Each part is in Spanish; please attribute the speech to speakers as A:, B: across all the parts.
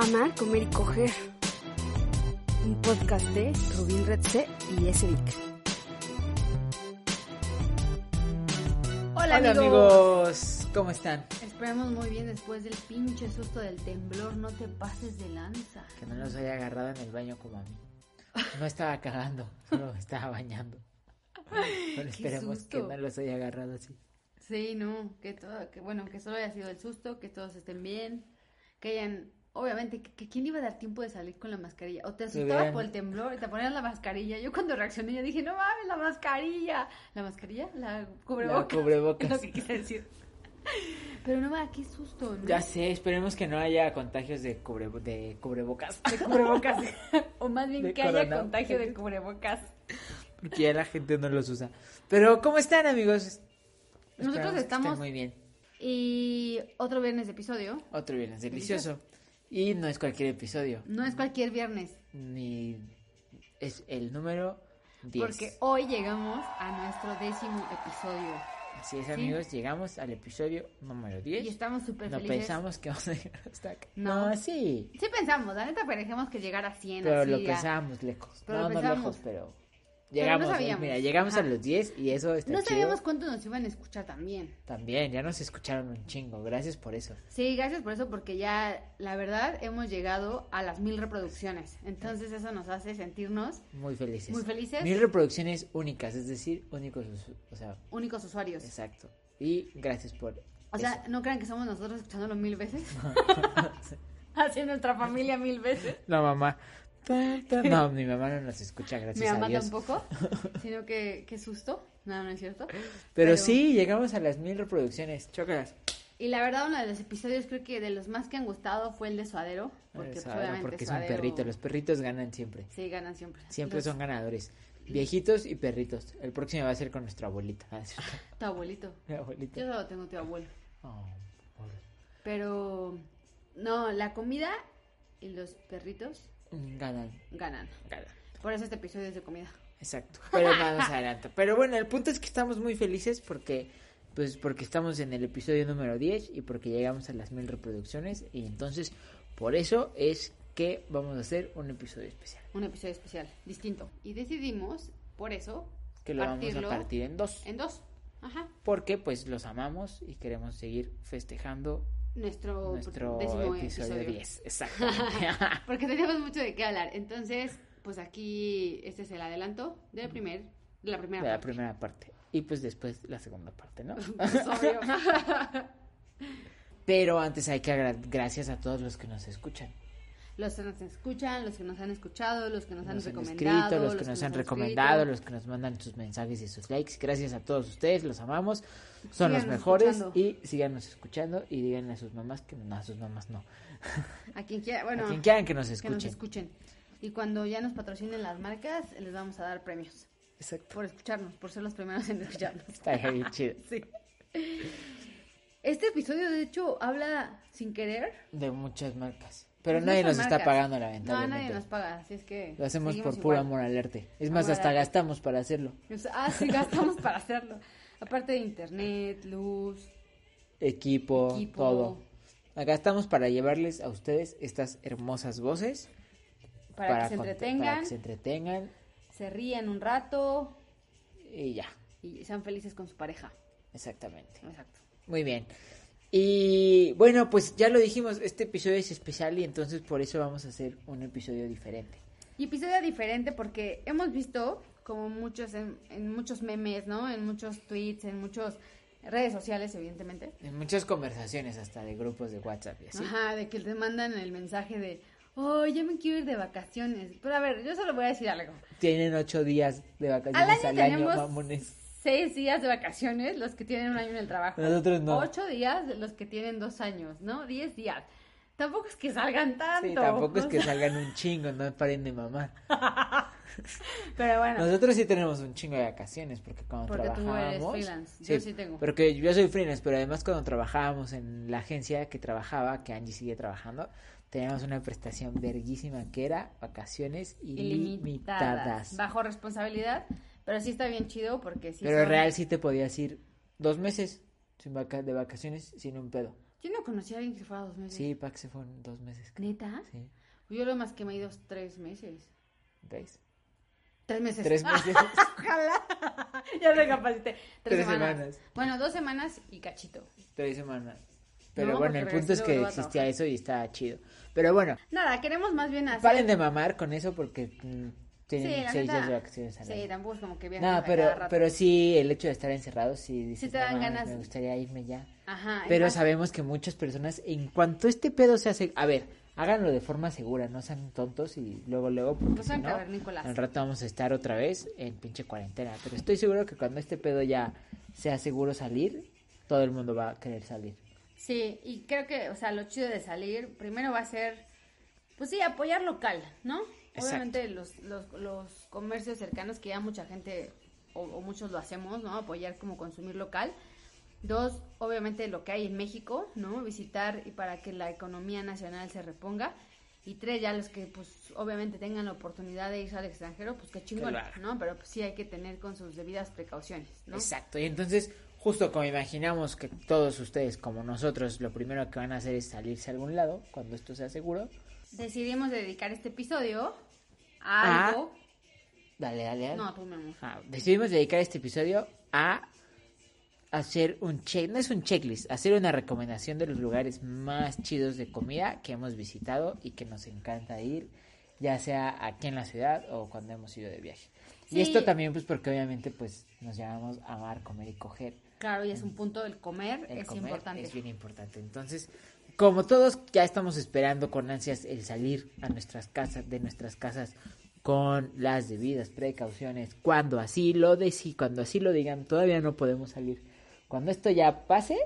A: Amar, comer y coger. Un podcast de Rubín Redse y Esedic.
B: Hola, amigos. ¿cómo están?
C: Esperemos muy bien después del pinche susto del temblor, no te pases de lanza.
B: Que no los haya agarrado en el baño como a mí. No estaba cagando, solo me estaba bañando. Pero esperemos que
C: susto.
B: no los haya agarrado así.
C: Sí, no, que todo, que bueno, que solo haya sido el susto, que todos estén bien, que hayan, obviamente, que, que quién le iba a dar tiempo de salir con la mascarilla, o te asustabas
B: hubieran-
C: por el temblor y te ponías la mascarilla. Yo cuando reaccioné yo dije, no mames, la mascarilla, la mascarilla, la cubrebocas,
B: cubrebocas.
C: es lo que quise decir. Pero no mames, qué susto, ¿no?
B: Ya sé, esperemos que no haya contagios de, cubre, de cubrebocas. De cubrebocas.
C: O más bien
B: De
C: que haya
B: corona.
C: contagio de cubrebocas.
B: Porque ya la gente no los usa. Pero, ¿cómo están, amigos?
C: Nosotros
B: Esperamos que
C: estamos-
B: estén muy bien.
C: Y otro viernes de episodio.
B: Otro viernes delicioso. Y no es cualquier episodio.
C: No es cualquier viernes,
B: Ni es el número 10.
C: Porque hoy llegamos a nuestro décimo episodio.
B: Así es, amigos, llegamos al episodio número 10.
C: Y estamos súper
B: No
C: felices.
B: pensamos que vamos a llegar hasta acá.
C: No.
B: No, sí.
C: Sí pensamos, la neta pensamos que llegar a 100.
B: Pero
C: así,
B: lo
C: a-
B: pensábamos lejos.
C: Pero
B: no,
C: lo pensábamos.
B: no lejos, pero.
C: Pero no
B: Llegamos, eh,
C: sabíamos.
B: mira, llegamos a
C: Ajá.
B: los 10 y eso está
C: No
B: chido.
C: sabíamos cuánto nos iban a escuchar también.
B: También, ya nos escucharon un chingo. Gracias por eso.
C: Sí, gracias por eso, porque ya, la verdad, hemos llegado a las mil reproducciones. Entonces eso nos hace sentirnos
B: Muy felices.
C: Muy felices.
B: Mil reproducciones únicas, es decir, únicos. usu- O sea,
C: únicos usuarios.
B: exacto. Y gracias por.
C: O sea, no crean que somos nosotros escuchándolo mil veces. Así nuestra familia mil veces.
B: La mamá. Ta, ta. No, mi mamá no nos escucha, gracias
C: Mi
B: a
C: mamá
B: Dios.
C: tampoco, sino que qué susto. No, no es cierto.
B: Pero, sí, llegamos a las mil reproducciones. Chócalas.
C: Y la verdad, uno de los episodios creo que de los más que han gustado fue el de Suadero. Porque, pues,
B: Eso, ahora,
C: obviamente,
B: porque es un
C: Suadero-
B: perrito. Los perritos ganan siempre.
C: Sí, ganan siempre.
B: Siempre
C: Los-
B: son ganadores. Viejitos y perritos. El próximo va a ser con nuestra abuelita. Ah, sí,
C: Tu abuelito.
B: Mi
C: Yo
B: abuelita.
C: solo tengo tu abuelo.
B: Oh, pobre.
C: Pero, no, la comida y los perritos
B: Ganan,
C: ganan.
B: ganan.
C: Por eso este episodio es de comida.
B: Exacto. Pero no nos adelanta. Pero bueno, el punto es que estamos muy felices porque pues porque estamos en el episodio número 10 y porque llegamos a las mil reproducciones. Y entonces, por eso es que vamos a hacer un episodio especial.
C: Un episodio especial, distinto. Y decidimos, por eso,
B: Que lo
C: partirlo
B: vamos a partir en dos.
C: en dos. Ajá.
B: Porque pues los amamos y queremos seguir festejando
C: Nuestro,
B: nuestro
C: décimo
B: episodio 10. Exactamente.
C: Porque teníamos mucho de qué hablar. Entonces, pues aquí este es el adelanto de la, primer, de la primera
B: de la
C: parte.
B: primera parte. Y pues después la segunda parte, ¿no?
C: Pues, obvio.
B: Pero antes hay que agra- gracias a todos los que nos escuchan.
C: Los que nos escuchan, los que nos han escuchado, los que nos, han
B: Nos han
C: recomendado.
B: escrito, los que nos han recomendado,
C: escrito.
B: los que nos mandan sus mensajes y sus likes. Gracias a todos ustedes, los amamos. Son los
C: Síganos
B: mejores
C: escuchando.
B: y síganos escuchando y díganle a sus mamás que no, a sus mamás no.
C: A quien quiera, bueno,
B: a quien quieran que nos
C: que
B: escuchen.
C: nos escuchen. Y cuando ya nos patrocinen las marcas, les vamos a dar premios.
B: Exacto.
C: Por escucharnos, por ser los primeros en escucharnos.
B: Está bien chido.
C: Sí. Este episodio, de hecho, habla sin querer.
B: De muchas marcas. Pero
C: Pues
B: nadie
C: no son
B: nos está
C: marcas.
B: pagando,
C: No,
B: lamentablemente.
C: nadie nos paga, así es que.
B: Lo hacemos
C: seguimos
B: por puro
C: igual.
B: amor al arte. Es más,
C: Amor
B: hasta
C: al arte.
B: gastamos para hacerlo.
C: O sea, Ah, sí, gastamos para hacerlo. Aparte de internet, luz.
B: equipo,
C: Equipo.
B: todo. Acá estamos para llevarles a ustedes estas hermosas voces.
C: Para, que se
B: cont- Para
C: entretengan,
B: que se
C: se...
B: entretengan
C: rían un rato
B: y ya,
C: y sean felices con su pareja.
B: exactamente.
C: Exacto.
B: Muy bien. Y bueno, pues ya lo dijimos, este episodio es especial y entonces por eso vamos a hacer un episodio diferente.
C: Y episodio diferente porque hemos visto como muchos en, en muchos memes, ¿no? En muchos tweets, en muchas redes sociales, evidentemente.
B: En muchas conversaciones, hasta de grupos de WhatsApp y así.
C: Ajá, de que te mandan el mensaje de, oh, ya me quiero ir de vacaciones. Pero a ver, yo solo voy a decir algo.
B: Tienen ocho días de
C: Al
B: vacaciones
C: año
B: al año,
C: tenemos
B: mamones.
C: seis días de vacaciones los que tienen un año en el trabajo.
B: Nosotros no.
C: Ocho días los que tienen dos años, ¿no? Diez días. Tampoco es que salgan tanto.
B: Sí, tampoco es
C: o
B: que
C: sea,
B: salgan un chingo, no paren de mamar.
C: Pero bueno,
B: Nosotros sí tenemos un chingo de vacaciones porque cuando
C: Porque tú eres
B: trabajábamos.
C: freelance, yo sí tengo.
B: Porque yo soy freelance, pero además cuando trabajábamos en la agencia que trabajaba, que Angie sigue trabajando, teníamos una prestación verguísima que era vacaciones
C: ilimitadas.
B: ilimitadas.
C: Bajo responsabilidad, pero sí está bien chido porque sí
B: pero
C: son-
B: real sí te podías ir dos meses sin vaca- de vacaciones sin un pedo.
C: Yo no conocí a alguien que se fuera dos meses.
B: Sí, Pac se fue en dos meses. creo.
C: ¿Neta?
B: Sí,
C: Yo lo más que me he ido es tres meses.
B: ¿veis?
C: Tres meses.
B: Tres meses.
C: Ojalá. ya recapacité. Tres,
B: Tres
C: semanas.
B: semanas.
C: Bueno, dos semanas y cachito.
B: tres semanas. Pero
C: No,
B: bueno,
C: porque
B: el punto es
C: regresé
B: que
C: luego a
B: existía
C: trabajar.
B: eso y estaba chido. Pero bueno,
C: Nada, queremos más bien hacer.
B: paren de mamar con eso porque mm, tienen
C: Ah, la
B: seis
C: neta,
B: días de vacaciones al
C: Sí,
B: año.
C: tampoco es como que viajan
B: No,
C: a
B: pero,
C: cada rato.
B: pero sí, el hecho de estar encerrado, sí, dices,
C: te dan
B: "No mames,
C: ganas".
B: me gustaría irme ya.
C: Ajá.
B: Pero
C: además,
B: sabemos que muchas personas, en cuanto este pedo se hace, a ver, háganlo de forma segura, no sean tontos y luego, luego, porque
C: No
B: si
C: sean
B: no,
C: cavernícolas.
B: al rato vamos a estar otra vez en pinche cuarentena. Pero estoy seguro que cuando este pedo ya sea seguro salir, todo el mundo va a querer salir.
C: Sí, y creo que, o sea, lo chido de salir, primero va a ser, pues sí, apoyar local, ¿no?
B: Exacto.
C: Obviamente los, los, los comercios cercanos que ya mucha gente o, o muchos lo hacemos, ¿no? Apoyar como consumir local. Dos, obviamente lo que hay en México, ¿no? Visitar y para que la economía nacional se reponga. Y tres, ya los que, pues, obviamente tengan la oportunidad de irse al extranjero, pues qué chingón,
B: lo hagan.
C: ¿no? Pero pues, sí hay que tener con sus debidas precauciones, ¿no?
B: Exacto, y entonces, justo como imaginamos que todos ustedes, como nosotros, lo primero que van a hacer es salirse a algún lado cuando esto sea seguro.
C: Decidimos dedicar este episodio a
B: Ah.
C: algo
B: Dale, dale, dale.
C: No, tú, mi amor.
B: Ah, decidimos dedicar este episodio a hacer un check, no es un checklist, hacer una recomendación de los lugares más chidos de comida que hemos visitado y que nos encanta ir, ya sea aquí en la ciudad o cuando hemos ido de viaje.
C: Sí.
B: Y esto también pues porque obviamente pues nos llamamos amar, comer y coger.
C: Claro, y es un punto del comer,
B: El
C: es
B: comer
C: importante.
B: Es bien importante. Entonces, como todos ya estamos esperando con ansias el salir a nuestras casas, de nuestras casas con las debidas precauciones, cuando así lo deci- cuando así lo digan, todavía no podemos salir. Cuando esto ya pase,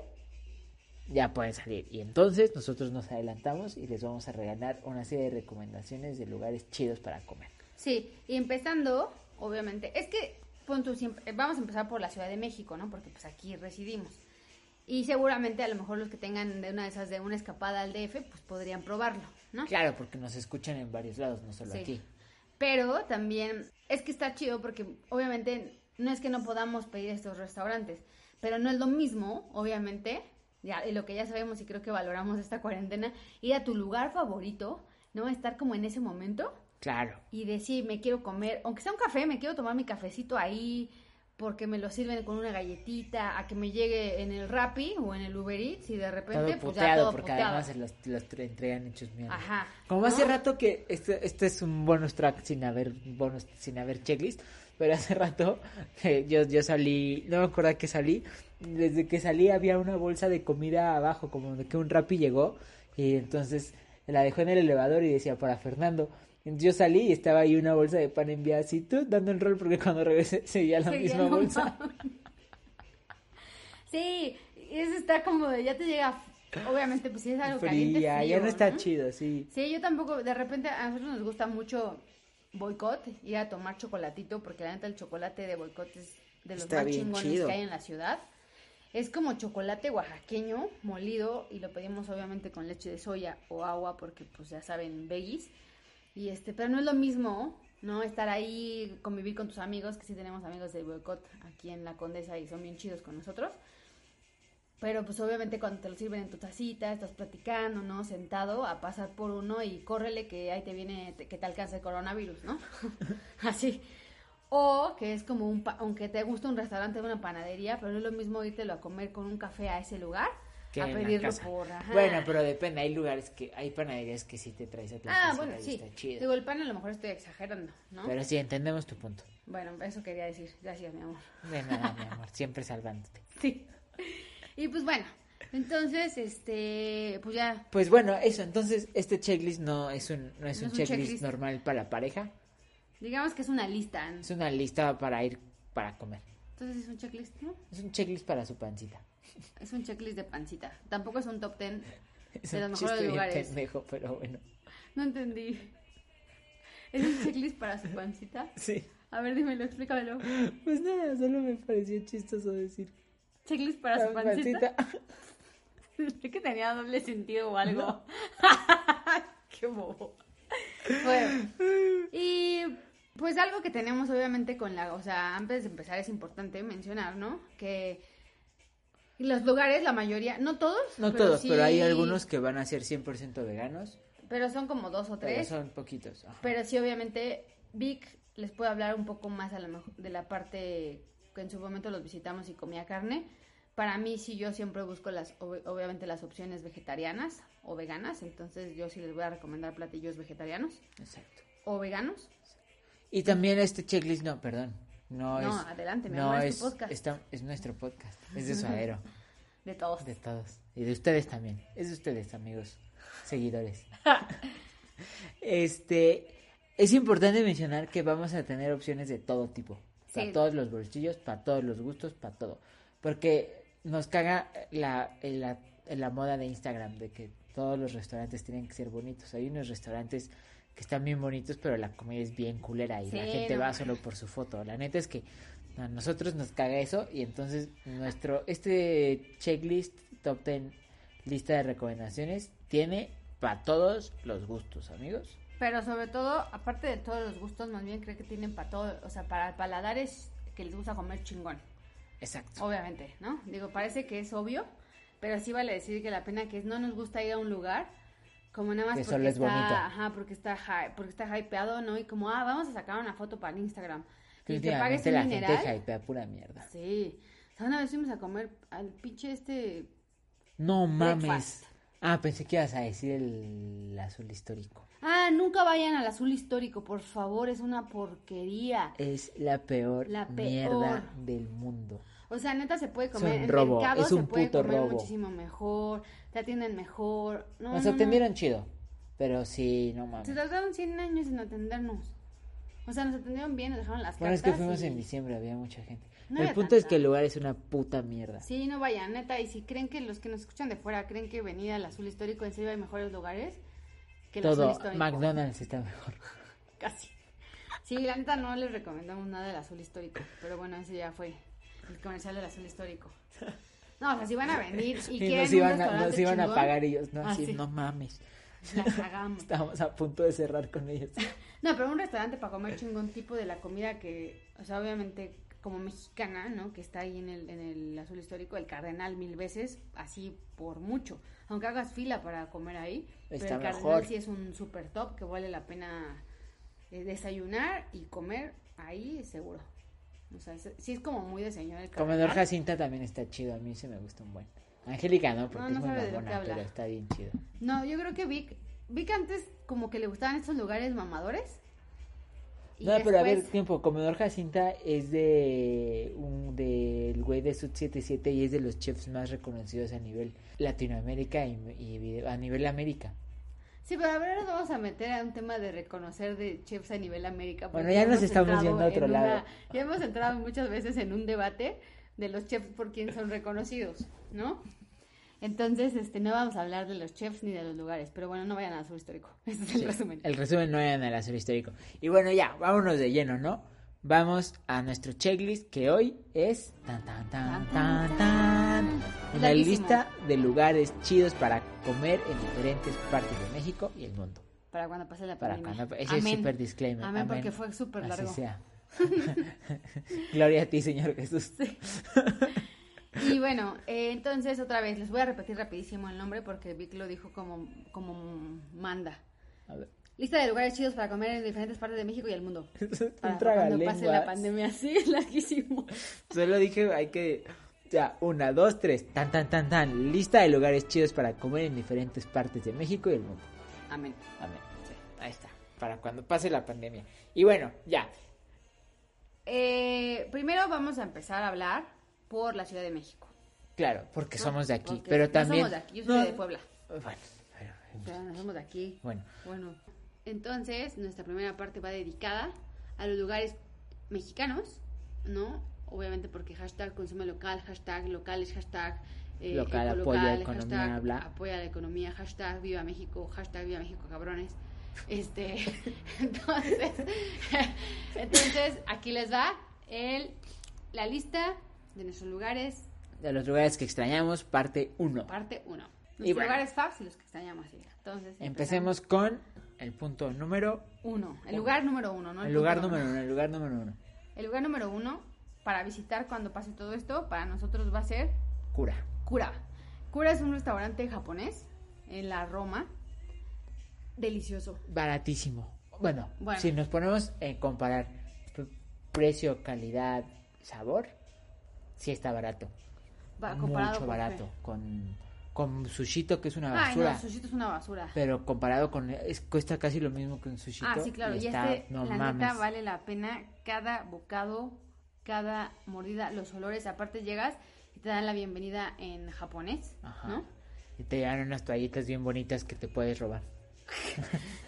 B: ya pueden salir. Y entonces nosotros nos adelantamos y les vamos a regalar una serie de recomendaciones de lugares chidos para comer.
C: Sí, y empezando, obviamente, es que pon tú, siempre- eh, vamos a empezar por la Ciudad de México, ¿no? Porque pues aquí residimos. Y seguramente a lo mejor los que tengan de una de esas de una escapada al DF, pues podrían probarlo, ¿no?
B: Claro, porque nos escuchan en varios lados, no solo
C: Sí.
B: aquí.
C: Pero también es que está chido porque obviamente no es que no podamos pedir estos restaurantes, pero no es lo mismo, obviamente, ya, y lo que ya sabemos y creo que valoramos esta cuarentena, ir a tu lugar favorito, ¿no? Estar como en ese momento
B: Claro.
C: y decir, me quiero comer, aunque sea un café, me quiero tomar mi cafecito ahí porque me lo sirven con una galletita, a que me llegue en el Rappi o en el Uber Eats y de repente
B: todo
C: pues ya
B: puteado,
C: todo
B: porque
C: puteado.
B: además se los, los tre- entregan hechos mierda.
C: Ajá,
B: Como
C: ¿no?
B: hace rato que este, este es un bonus track sin haber bonus, sin haber checklist, pero hace rato eh, yo, yo salí, no me acuerdo a qué salí, desde que salí había una bolsa de comida abajo, como de que un rapi llegó y entonces la dejó en el elevador y decía para Fernando. Yo salí y estaba ahí una bolsa de pan enviada así, tú dando el rol porque cuando regresé seguía la
C: Seguía
B: misma
C: la
B: bolsa.
C: Sí, eso está como de, ya te llega, obviamente, pues si es algo caliente,
B: Fría,
C: frío,
B: ya no está chido, sí.
C: Sí, yo tampoco, de repente a nosotros nos gusta mucho boicot, ir a tomar chocolatito, porque la neta el chocolate de boicot es de los
B: Está
C: más
B: bien
C: chingones
B: chido.
C: que hay en la ciudad. Es como chocolate oaxaqueño molido y lo pedimos obviamente con leche de soya o agua porque pues ya saben, veggies. Y este, pero no es lo mismo, ¿no? Estar ahí, convivir con tus amigos, que sí tenemos amigos de boicot aquí en la Condesa y son bien chidos con nosotros. Pero pues obviamente cuando te lo sirven en tu tacita, estás platicando, ¿no? Sentado a pasar por uno y córrele que ahí te viene, te- que te alcanza el coronavirus, ¿no? Así. O que es como un, pa- aunque te gusta un restaurante o una panadería, pero no es lo mismo irte a comer con un café a ese lugar
B: que
C: a
B: en la
C: pedirlo
B: casa.
C: por... ajá.
B: Bueno, pero depende, hay lugares que, hay panaderías que sí te traes a tu
C: Ah,
B: casita
C: bueno,
B: y
C: sí.
B: está chido.
C: Digo, el pan a lo mejor estoy exagerando, ¿no?
B: Pero sí, entendemos tu punto.
C: Bueno, eso quería decir. Gracias, mi amor.
B: De nada, mi amor, siempre salvándote.
C: Sí. Y pues bueno, entonces, este, pues ya,
B: Pues bueno, eso, entonces este checklist no es un, no es
C: No
B: un,
C: es un
B: checklist,
C: checklist.
B: normal para pareja,
C: digamos que es una lista. ¿no?
B: es una lista para ir para comer.
C: Es Entonces es un checklist, ¿no?
B: Es un checklist para su pancita.
C: Es un checklist de pancita. Tampoco es un top ten
B: Es
C: de
B: un
C: los mejores
B: chiste bien
C: lugares.
B: pendejo, pero bueno.
C: No entendí. ¿Es un checklist para su pancita?
B: Sí.
C: A ver, dímelo, explícamelo.
B: Pues nada, solo me pareció chistoso decir.
C: ¿Checklist para su
B: la
C: pancita?
B: pancita.
C: Es que tenía doble sentido o algo.
B: No.
C: Qué bobo. Bueno, y pues algo que tenemos obviamente con la, o sea, antes de empezar es importante mencionar, ¿no? Que los lugares, la mayoría, no todos.
B: No todos,
C: sí-
B: pero hay algunos que van a ser 100% veganos.
C: Pero son como dos o
B: Pero
C: tres.
B: son poquitos. ajá.
C: Pero sí, obviamente, Vic les puede hablar un poco más a lo mejor de la parte que en su momento los visitamos y comía carne. Para mí, sí, yo siempre busco las, ob- obviamente, las opciones vegetarianas o veganas. Entonces, yo sí les voy a recomendar platillos vegetarianos
B: Exacto.
C: o veganos.
B: Y también este checklist, no, perdón. No,
C: No,
B: es,
C: adelante, mi
B: no
C: amor, es
B: es,
C: tu podcast.
B: está- es nuestro podcast. Es de suadero.
C: De todos.
B: De todos. Y de ustedes también. Es de ustedes, amigos. Seguidores. este. Es importante mencionar que vamos a tener opciones de todo tipo. Para
C: Sí.
B: todos los bolsillos, para todos los gustos, para todo. Porque nos caga la, la, la moda de Instagram de que todos los restaurantes tienen que ser bonitos. Hay unos restaurantes que están bien bonitos, pero la comida es bien culera y la
C: Sí,
B: gente
C: no
B: va solo por su foto. La neta es que a nosotros nos caga eso y entonces nuestro este checklist top 10 lista de recomendaciones tiene para todos los gustos, amigos.
C: Pero sobre todo, aparte de todos los gustos, más bien creo que tienen para todo, o sea, para paladares que les gusta comer chingón. Oh,
B: Exacto.
C: Obviamente, ¿no? Digo, parece que es obvio, pero sí vale decir que la pena que es no nos gusta ir a un lugar como nada más
B: Que
C: porque
B: solo es
C: está,
B: bonito.
C: ajá, porque está hy- porque está hypeado, ¿no? Y como, ah, vamos a sacar una foto para Instagram.
B: Que
C: Y que pagues
B: últimamente
C: un
B: la
C: mineral.
B: gente hypea pura mierda.
C: Sí. O sea, una vez fuimos a comer al pinche este
B: No mames.
C: Breakfast.
B: Ah, pensé que ibas a decir el azul histórico.
C: Ah, nunca vayan al azul histórico, por favor, es una porquería.
B: Es la peor,
C: La peor.
B: mierda del mundo.
C: O sea, neta se puede
B: un
C: comer en
B: robo,
C: mercado
B: es un
C: se puede
B: puto
C: comer
B: robo.
C: muchísimo mejor, te atienden mejor. No,
B: Nos
C: no, no.
B: atendieron chido, pero sí, no mames.
C: Se tardaron 100 años en atendernos. O sea, nos atendieron bien, nos dejaron las
B: Bueno, es
C: cartas.
B: que fuimos
C: y-
B: en diciembre, había mucha gente.
C: No
B: el
C: había
B: punto es
C: tanta.
B: que el lugar es una puta mierda.
C: Sí, no vayan, neta. Y si creen que los que nos escuchan de fuera creen que venir al Azul Histórico en serio hay mejores lugares que el Azul
B: Todo,
C: Histórico.
B: McDonald's está mejor.
C: Casi. Sí, la neta no les recomendamos nada del Azul Histórico. Pero bueno, ese ya fue el comercial del Azul Histórico. No, o sea, si van a venir y,
B: Y,
C: quieren
B: nos
C: un
B: iban, a,
C: restaurante
B: nos iban a
C: chingón,
B: pagar ellos, no,
C: Ah,
B: así,
C: sí.
B: no mames.
C: La cagamos.
B: Estábamos a punto de cerrar con ellos.
C: No, pero un restaurante para
B: Eh.
C: comer chingón tipo de la comida que, o sea, obviamente como mexicana, ¿no? Que está ahí en el, en el azul histórico, el cardenal mil veces, así por mucho. Aunque hagas fila para comer ahí,
B: Está
C: pero
B: mejor.
C: el cardenal sí es un super top que vale la pena eh, desayunar y comer ahí seguro. O sea, es- sí es como muy de señor el
B: Comedor
C: cardenal.
B: Jacinta también está chido, a mí se me gusta un buen. Angélica no, porque
C: No, no
B: es muy
C: sabe de lo que
B: mamona,
C: habla.
B: pero está bien chido.
C: No, yo creo que Vic, Vic antes como que le gustaban estos lugares mamadores. Y
B: No, pero a ver,
C: después-
B: tiempo, Comedor Jacinta es de un del güey de Sud 77 y es de los chefs más reconocidos a nivel Latinoamérica y, y vide- a nivel América.
C: Sí, pero ahora nos vamos a meter a un tema de reconocer de chefs a nivel América.
B: Bueno,
C: porque
B: ya nos
C: hemos
B: estamos
C: entrado
B: yendo a otro
C: en una-
B: lado.
C: ya hemos entrado muchas veces en un debate de los chefs por quién son reconocidos, ¿no? Entonces, este, no vamos a hablar de los chefs ni de los lugares, pero bueno, no vayan a sur histórico. Ese es el
B: Sí,
C: resumen.
B: El resumen no era en el azul histórico. Y bueno, ya, vámonos de lleno, ¿no? Vamos a nuestro checklist que hoy es tan tan tan tan tan una
C: Larguísimo.
B: lista de lugares chidos para comer en diferentes partes de México y el mundo.
C: Para cuando pase la
B: Para
C: pandemia.
B: cuando- ese es
C: Amén.
B: súper disclaimer.
C: Amén, porque fue súper
B: Así
C: largo.
B: sea. Gloria a ti, Señor Jesús.
C: Y bueno, eh, entonces otra vez, les voy a repetir rapidísimo el nombre porque Vic lo dijo como, como manda.
B: A ver,
C: Lista de lugares chidos para comer en diferentes partes de México y el mundo. Para cuando
B: tragalenguas.
C: pase la pandemia, sí, larguísimo.
B: Solo dije, hay que. O sea, una, dos, tres. Tan, tan, tan, tan. Lista de lugares chidos para comer en diferentes partes de México y el mundo.
C: Amén.
B: Amén. Sí, ahí está. Para cuando pase la pandemia. Y bueno, ya.
C: Eh, primero vamos a empezar a hablar por la Ciudad de México.
B: Claro, porque
C: ¿no?
B: somos de aquí.
C: Porque
B: pero
C: no
B: también.
C: somos de aquí, yo soy
B: No,
C: de Puebla.
B: Bueno, pero-
C: Pero no somos de aquí.
B: bueno.
C: Bueno, entonces nuestra primera parte va dedicada a los lugares mexicanos, ¿no? obviamente porque hashtag consume local, hashtag locales, hashtag eh,
B: Local,
C: ecolocal,
B: apoya economía,
C: hashtag
B: bla.
C: apoya la economía, hashtag viva México, hashtag viva México cabrones. Este, entonces, entonces aquí les va el, la lista de nuestros lugares,
B: De los lugares que extrañamos, parte 1.
C: parte 1.
B: Y
C: Los
B: bueno.
C: lugares fabs y los que extrañamos. sí. Entonces,
B: Empecemos con el punto número.
C: Uno, el lugar número uno, ¿no?
B: El lugar
C: punto
B: número uno, el lugar número uno.
C: El lugar número uno para visitar cuando pase todo esto, para nosotros va a ser
B: Cura.
C: Kura. Kura es un restaurante japonés en la Roma. Delicioso.
B: Baratísimo. Bueno,
C: Bueno.
B: si nos ponemos en comparar p- precio, calidad, sabor, sí está barato.
C: Va comparado
B: Mucho
C: con
B: barato.
C: qué.
B: Con, con Sushito, que es una
C: Ay, no,
B: basura. Este
C: el sushito es una basura.
B: Pero comparado con. es- cuesta casi lo mismo que un Sushito.
C: ah, sí, claro. Y,
B: está-
C: este,
B: no
C: la neta,
B: mames.
C: vale la pena cada bocado, cada mordida, los olores. Aparte llegas y te dan la bienvenida en japonés,
B: Ajá.
C: ¿no?
B: Y te dan unas toallitas bien bonitas que te puedes robar.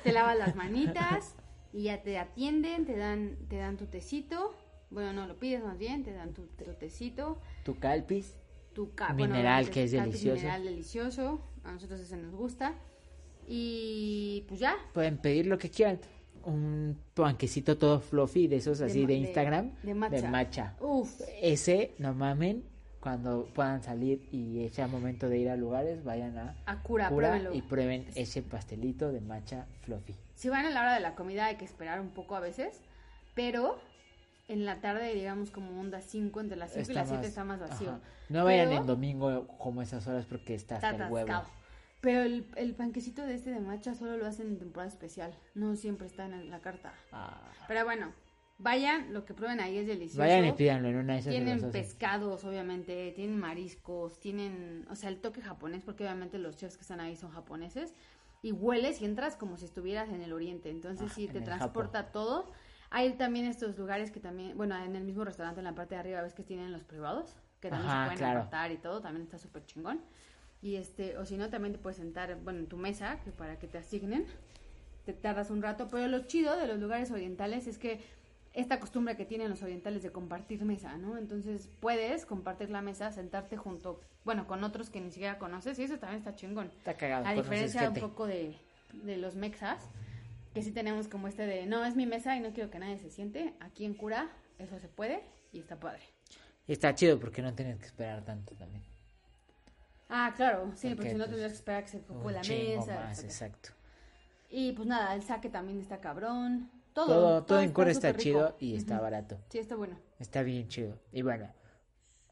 C: te lavas las manitas y ya te atienden, te dan, te dan tu tecito. Bueno, no lo pides más bien, te dan tu, tu tecito,
B: Tu calpis.
C: tu ca-
B: Mineral,
C: te-
B: que es
C: calpis
B: delicioso.
C: Mineral delicioso, a nosotros ese nos gusta. Y pues ya.
B: Pueden pedir lo que quieran. Un panquecito todo fluffy de esos así
C: ma-
B: de, Instagram.
C: De, matcha.
B: matcha.
C: Uf,
B: Ese, no mamen. Cuando puedan salir y sea momento de ir a lugares, vayan a,
C: a cura,
B: Cura
C: Ah, pruébelo.
B: y prueben ese pastelito de matcha fluffy.
C: Si van a la hora de la comida hay que esperar un poco a veces, pero en la tarde, digamos como onda 5, entre las 5 y
B: Está
C: las 7
B: más-
C: está más vacío.
B: ajá. No vayan
C: Pero-
B: en domingo como esas horas porque está
C: Está
B: hasta el huevo.
C: atascado. Pero el, el panquecito de este de matcha solo lo hacen en temporada especial. No siempre está en la carta.
B: Ah.
C: Pero bueno, vayan, lo que prueben ahí es delicioso.
B: Vayan y pídanlo en una de esas. se
C: Tienen
B: los hacen.
C: pescados, obviamente, tienen mariscos, tienen, o sea, el toque japonés, porque obviamente los chefs que están ahí son japoneses, y hueles y entras como si estuvieras en el oriente, entonces
B: Ah,
C: sí,
B: en
C: te
B: el
C: transporta todo. Hay también estos lugares que también, bueno, en el mismo restaurante, en la parte de arriba, ves que tienen los privados, que también
B: Ajá,
C: se pueden
B: claro.
C: apartar y todo, también está súper chingón. Y este, o si no, también te puedes sentar, bueno, en tu mesa, que para que te asignen te tardas un rato, pero lo chido de los lugares orientales es que esta costumbre que tienen los orientales de compartir mesa, ¿no? Entonces puedes compartir la mesa, sentarte junto, bueno, con otros que ni siquiera conoces y eso también está chingón.
B: Está cagado. pues,
C: A
B: conoces
C: diferencia un
B: gente.
C: poco de, de los mexas, que sí tenemos como este de, no, es mi mesa y no quiero que nadie se siente, aquí en cura eso se puede y está padre.
B: Y está chido porque no tienes que esperar tanto también.
C: Ah, claro, sí,
B: Porque,
C: porque si no
B: pues,
C: tendrías que esperar que se
B: Un
C: ocupe la
B: chingo
C: mesa.
B: más,
C: etcétera.
B: exacto.
C: Y pues nada, el saque también está cabrón. Todo,
B: Todo, todo, en Cora está,
C: superrico.
B: chido y está barato.
C: Sí, está bueno.
B: Está bien chido. Y bueno,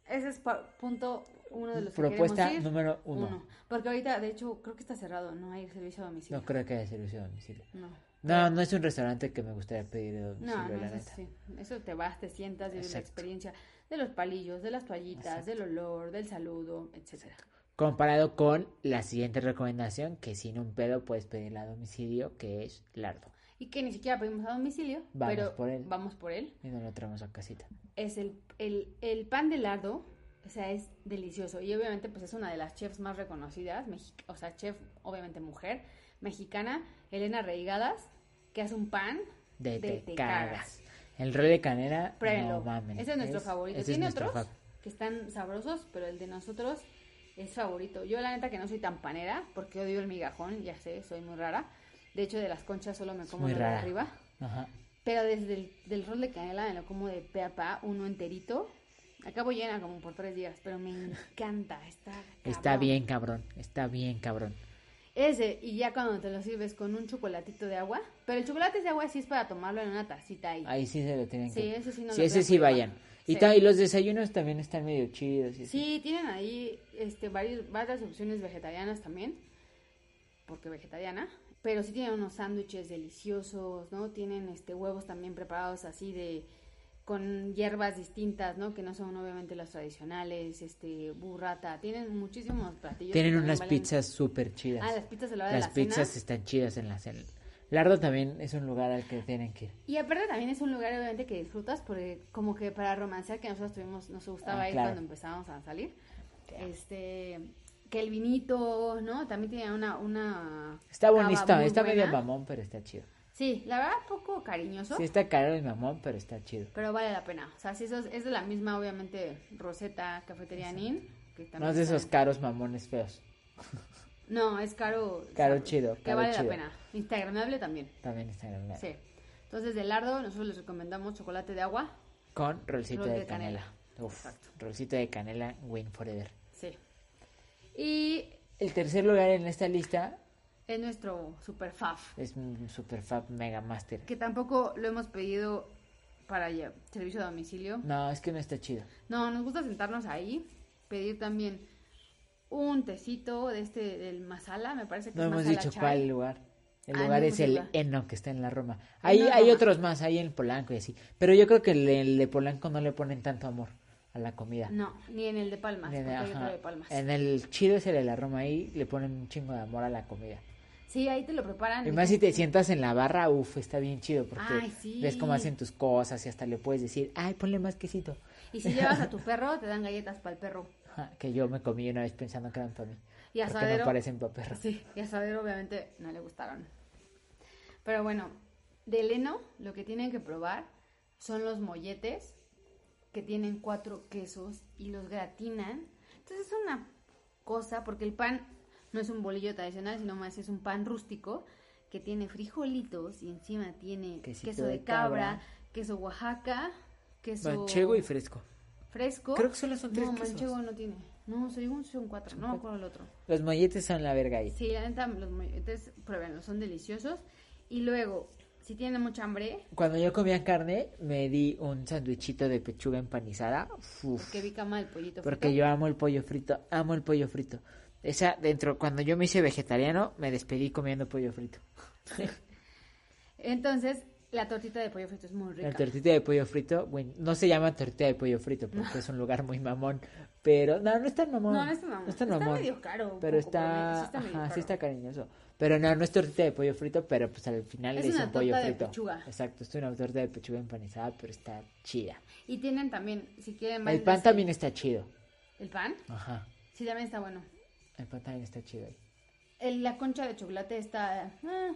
C: Ese es pa- punto uno de los
B: propuesta
C: que queremos ir.
B: número uno.
C: Porque ahorita, de hecho, creo que está cerrado, no hay servicio a domicilio.
B: No creo que haya servicio a domicilio.
C: No, no,
B: No, no es un restaurante que me gustaría pedir de domicilio,
C: no,
B: la
C: eso,
B: neta.
C: sí. Eso te vas, te sientas, vives la
B: Exacto.
C: experiencia de los palillos, de las toallitas, del olor, del saludo, etcétera.
B: Comparado con la siguiente recomendación, que sin un pedo puedes pedirla a domicilio, que es lardo.
C: Y que ni siquiera pedimos a domicilio,
B: Vamos
C: pero
B: por él.
C: vamos por él.
B: Y no lo traemos a casita.
C: es el, el, el pan de lardo, o sea, es delicioso. Y obviamente, pues es una de las chefs más reconocidas, mexi- o sea, chef, obviamente mujer, mexicana, Elena Reigadas, que hace un pan
B: De,
C: de
B: te cagas. El rey de canela,
C: Pruébenlo.
B: no mamen.
C: Ese es nuestro favorito.
B: ese es
C: Tiene
B: nuestro
C: otros
B: fa-
C: que están sabrosos, pero el de nosotros es favorito. Yo, la neta, que no soy tan panera, porque odio el migajón, ya sé, soy muy rara. De hecho, de las conchas solo me como
B: muy
C: lo de
B: rara.
C: arriba.
B: Ajá.
C: Pero desde el del rol de canela me lo como de pe a pa, uno enterito. Acabo llena como por tres días, pero me encanta. Está,
B: Está
C: cabrón.
B: bien cabrón, está bien cabrón.
C: Ese, y ya cuando te lo sirves con un chocolatito de agua. Pero el chocolate de agua sí es para tomarlo en una tacita ahí.
B: Ahí sí se lo tienen
C: Sí,
B: que...
C: ese sí no
B: sí,
C: lo
B: ese
C: creo,
B: sí
C: pero
B: vayan.
C: bueno.
B: Y,
C: Sí.
B: ta- y los desayunos también están medio chidos. y así.
C: Sí, tienen ahí este, varios, varias opciones vegetarianas también, porque vegetariana, pero sí tienen unos sándwiches deliciosos, ¿no? Tienen este, huevos también preparados así de con hierbas distintas, ¿no? Que no son obviamente las tradicionales, este, burrata, tienen muchísimos platillos. que
B: Tienen
C: también
B: unas
C: valen-
B: pizzas súper chidas.
C: Ah, las pizzas a la hora
B: Las
C: de la
B: pizzas
C: cena.
B: están chidas en la cena. Lardo también es un lugar al que tienen que ir.
C: Y aparte también es un lugar obviamente que disfrutas porque como que para romancear que nosotros tuvimos, nos gustaba
B: Ah,
C: ir
B: claro.
C: cuando empezábamos a salir. Este que el vinito, ¿no? También tenía una, una
B: Está
C: cava
B: bonito, está,
C: muy
B: está medio
C: buena.
B: mamón, pero está chido.
C: Sí, la verdad, poco cariñoso.
B: Sí, está caro el mamón, pero está chido.
C: Pero vale la pena. O sea, sí, eso es, es de la misma, obviamente, Rosetta Cafetería Nin. Que también
B: No es de
C: está-
B: esos caros mamones feos.
C: No, es caro.
B: Caro
C: sabroso,
B: chido,
C: Que
B: caro
C: vale
B: chido.
C: la pena. Instagramable también.
B: También está en la-
C: Sí. Entonces, de lardo, nosotros les recomendamos chocolate de agua.
B: Con rolcito
C: Rol
B: de,
C: de
B: canela.
C: canela.
B: Uf,
C: Exacto.
B: rolcito de canela, win forever.
C: Sí. Y
B: El tercer lugar en esta lista
C: es nuestro super faf.
B: es un super fab mega master.
C: Que tampoco lo hemos pedido para lle- servicio a domicilio.
B: No, es que no está chido.
C: No, nos gusta sentarnos ahí, pedir también un tecito de este, del masala, me parece que
B: No
C: es
B: hemos
C: masala
B: dicho
C: chai.
B: cuál lugar. El
C: Ah, no
B: lugar es
C: hemos
B: el
C: ido.
B: Eno, que está en la Roma. Hay,
C: Eno
B: hay
C: Roma.
B: otros más, hay en Polanco y así. Pero yo creo que el, el de Polanco no le ponen tanto amor a la comida.
C: No, ni en el de Palmas,
B: En,
C: porque hay
B: ajá.
C: otro de Palmas.
B: En el chido es el de la Roma, ahí le ponen un chingo de amor a la comida.
C: Sí, ahí te lo preparan.
B: Y más si te sientas en la barra, uff, está bien chido porque
C: Ah, Ay, sí.
B: ves cómo hacen tus cosas y hasta le puedes decir, ay, ponle más quesito.
C: Y si llevas a tu perro, te dan galletas para el perro.
B: Ja, Que yo me comí una vez pensando que eran para mí. porque
C: Y
B: no
C: asadero.
B: parecen para perros.
C: Sí, y a saber, obviamente, no le gustaron. Pero bueno, de Leno, lo que tienen que probar son los molletes, que tienen cuatro quesos y los gratinan. Entonces es una cosa, porque el pan no es un bolillo tradicional, sino más es un pan rústico que tiene frijolitos y encima tiene
B: Quesito
C: queso de,
B: de cabra.
C: cabra, queso Oaxaca, queso
B: Manchego y fresco.
C: fresco.
B: Creo que solo son tres
C: No,
B: quesos.
C: manchego no tiene. No, según son cuatro, no me acuerdo el otro.
B: Los molletes son la verga ahí.
C: Sí, la neta, los molletes, pruébenlos, son deliciosos. Y luego, si tienen mucha hambre,
B: Cuando yo comía carne, me di un sándwichito de pechuga empanizada. Uf,
C: que vi cama el pollito
B: porque
C: frito.
B: yo amo el pollo frito, amo el pollo frito. Esa, dentro, cuando yo me hice vegetariano, me despedí comiendo pollo frito.
C: Entonces, la tortita de pollo frito es muy rica.
B: La tortita de pollo frito, bueno, no se llama tortita de pollo frito porque es un lugar muy mamón, pero no, no es tan mamón.
C: No, no es tan mamón. Está medio caro,
B: Pero
C: un poco, pero
B: está,
C: sí está medio
B: ajá, sí
C: caro.
B: está cariñoso. Pero no, no es tortita de pollo frito, pero pues al final
C: Es
B: le hice
C: una
B: un pollo
C: torta de
B: frito.
C: pechuga.
B: Exacto, es una torta de pechuga empanizada, pero está chida.
C: Y tienen también, si quieren...
B: El
C: vayan
B: pan
C: de-
B: también está chido.
C: ¿El pan?
B: Ajá.
C: Sí, también está bueno.
B: El pan también está chido ahí.
C: El- la concha de chocolate está... ah,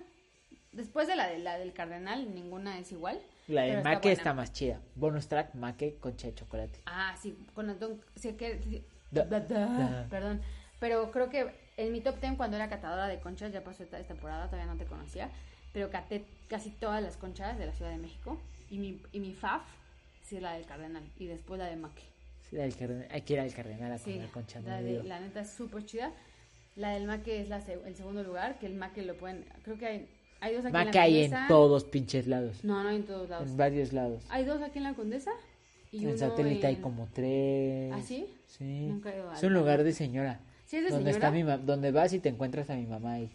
C: después de la, de la del cardenal, ninguna es igual.
B: La de
C: pero
B: maque
C: buena.
B: está más chida. Bonus track, maque, concha de chocolate.
C: Ah, sí, con el don... sí, que- sí,
B: Da-
C: da- da,
B: da.
C: Ah, Perdón. Pero creo que en mi top ten cuando era catadora de conchas, ya pasó esta, esta temporada, todavía no te conocía, pero caté casi todas las conchas de la Ciudad de México. Y mi, y mi faf, sí, la del Cardenal. Y después la de Maque.
B: Sí, la del cardenal- Hay que ir al cardenal a
C: Sí,
B: comer concha. no
C: la,
B: le
C: de-
B: digo.
C: la neta es súper chida. La del Maque es la, se- el segundo lugar, que el Maque lo pueden... Creo que hay, hay dos aquí en
B: Maque
C: la
B: hay en
C: Condesa.
B: todos pinches lados.
C: No, no hay en todos lados.
B: En varios lados.
C: Hay dos aquí en la Condesa y uno
B: en satélite hay
C: en-
B: como tres.
C: ¿Ah, sí?
B: Sí.
C: Nunca he ido
B: es
C: al-
B: un lugar de señora.
C: Sí, es de
B: donde Está
C: señora.
B: mi ma- donde vas y te encuentras a mi mamá ahí.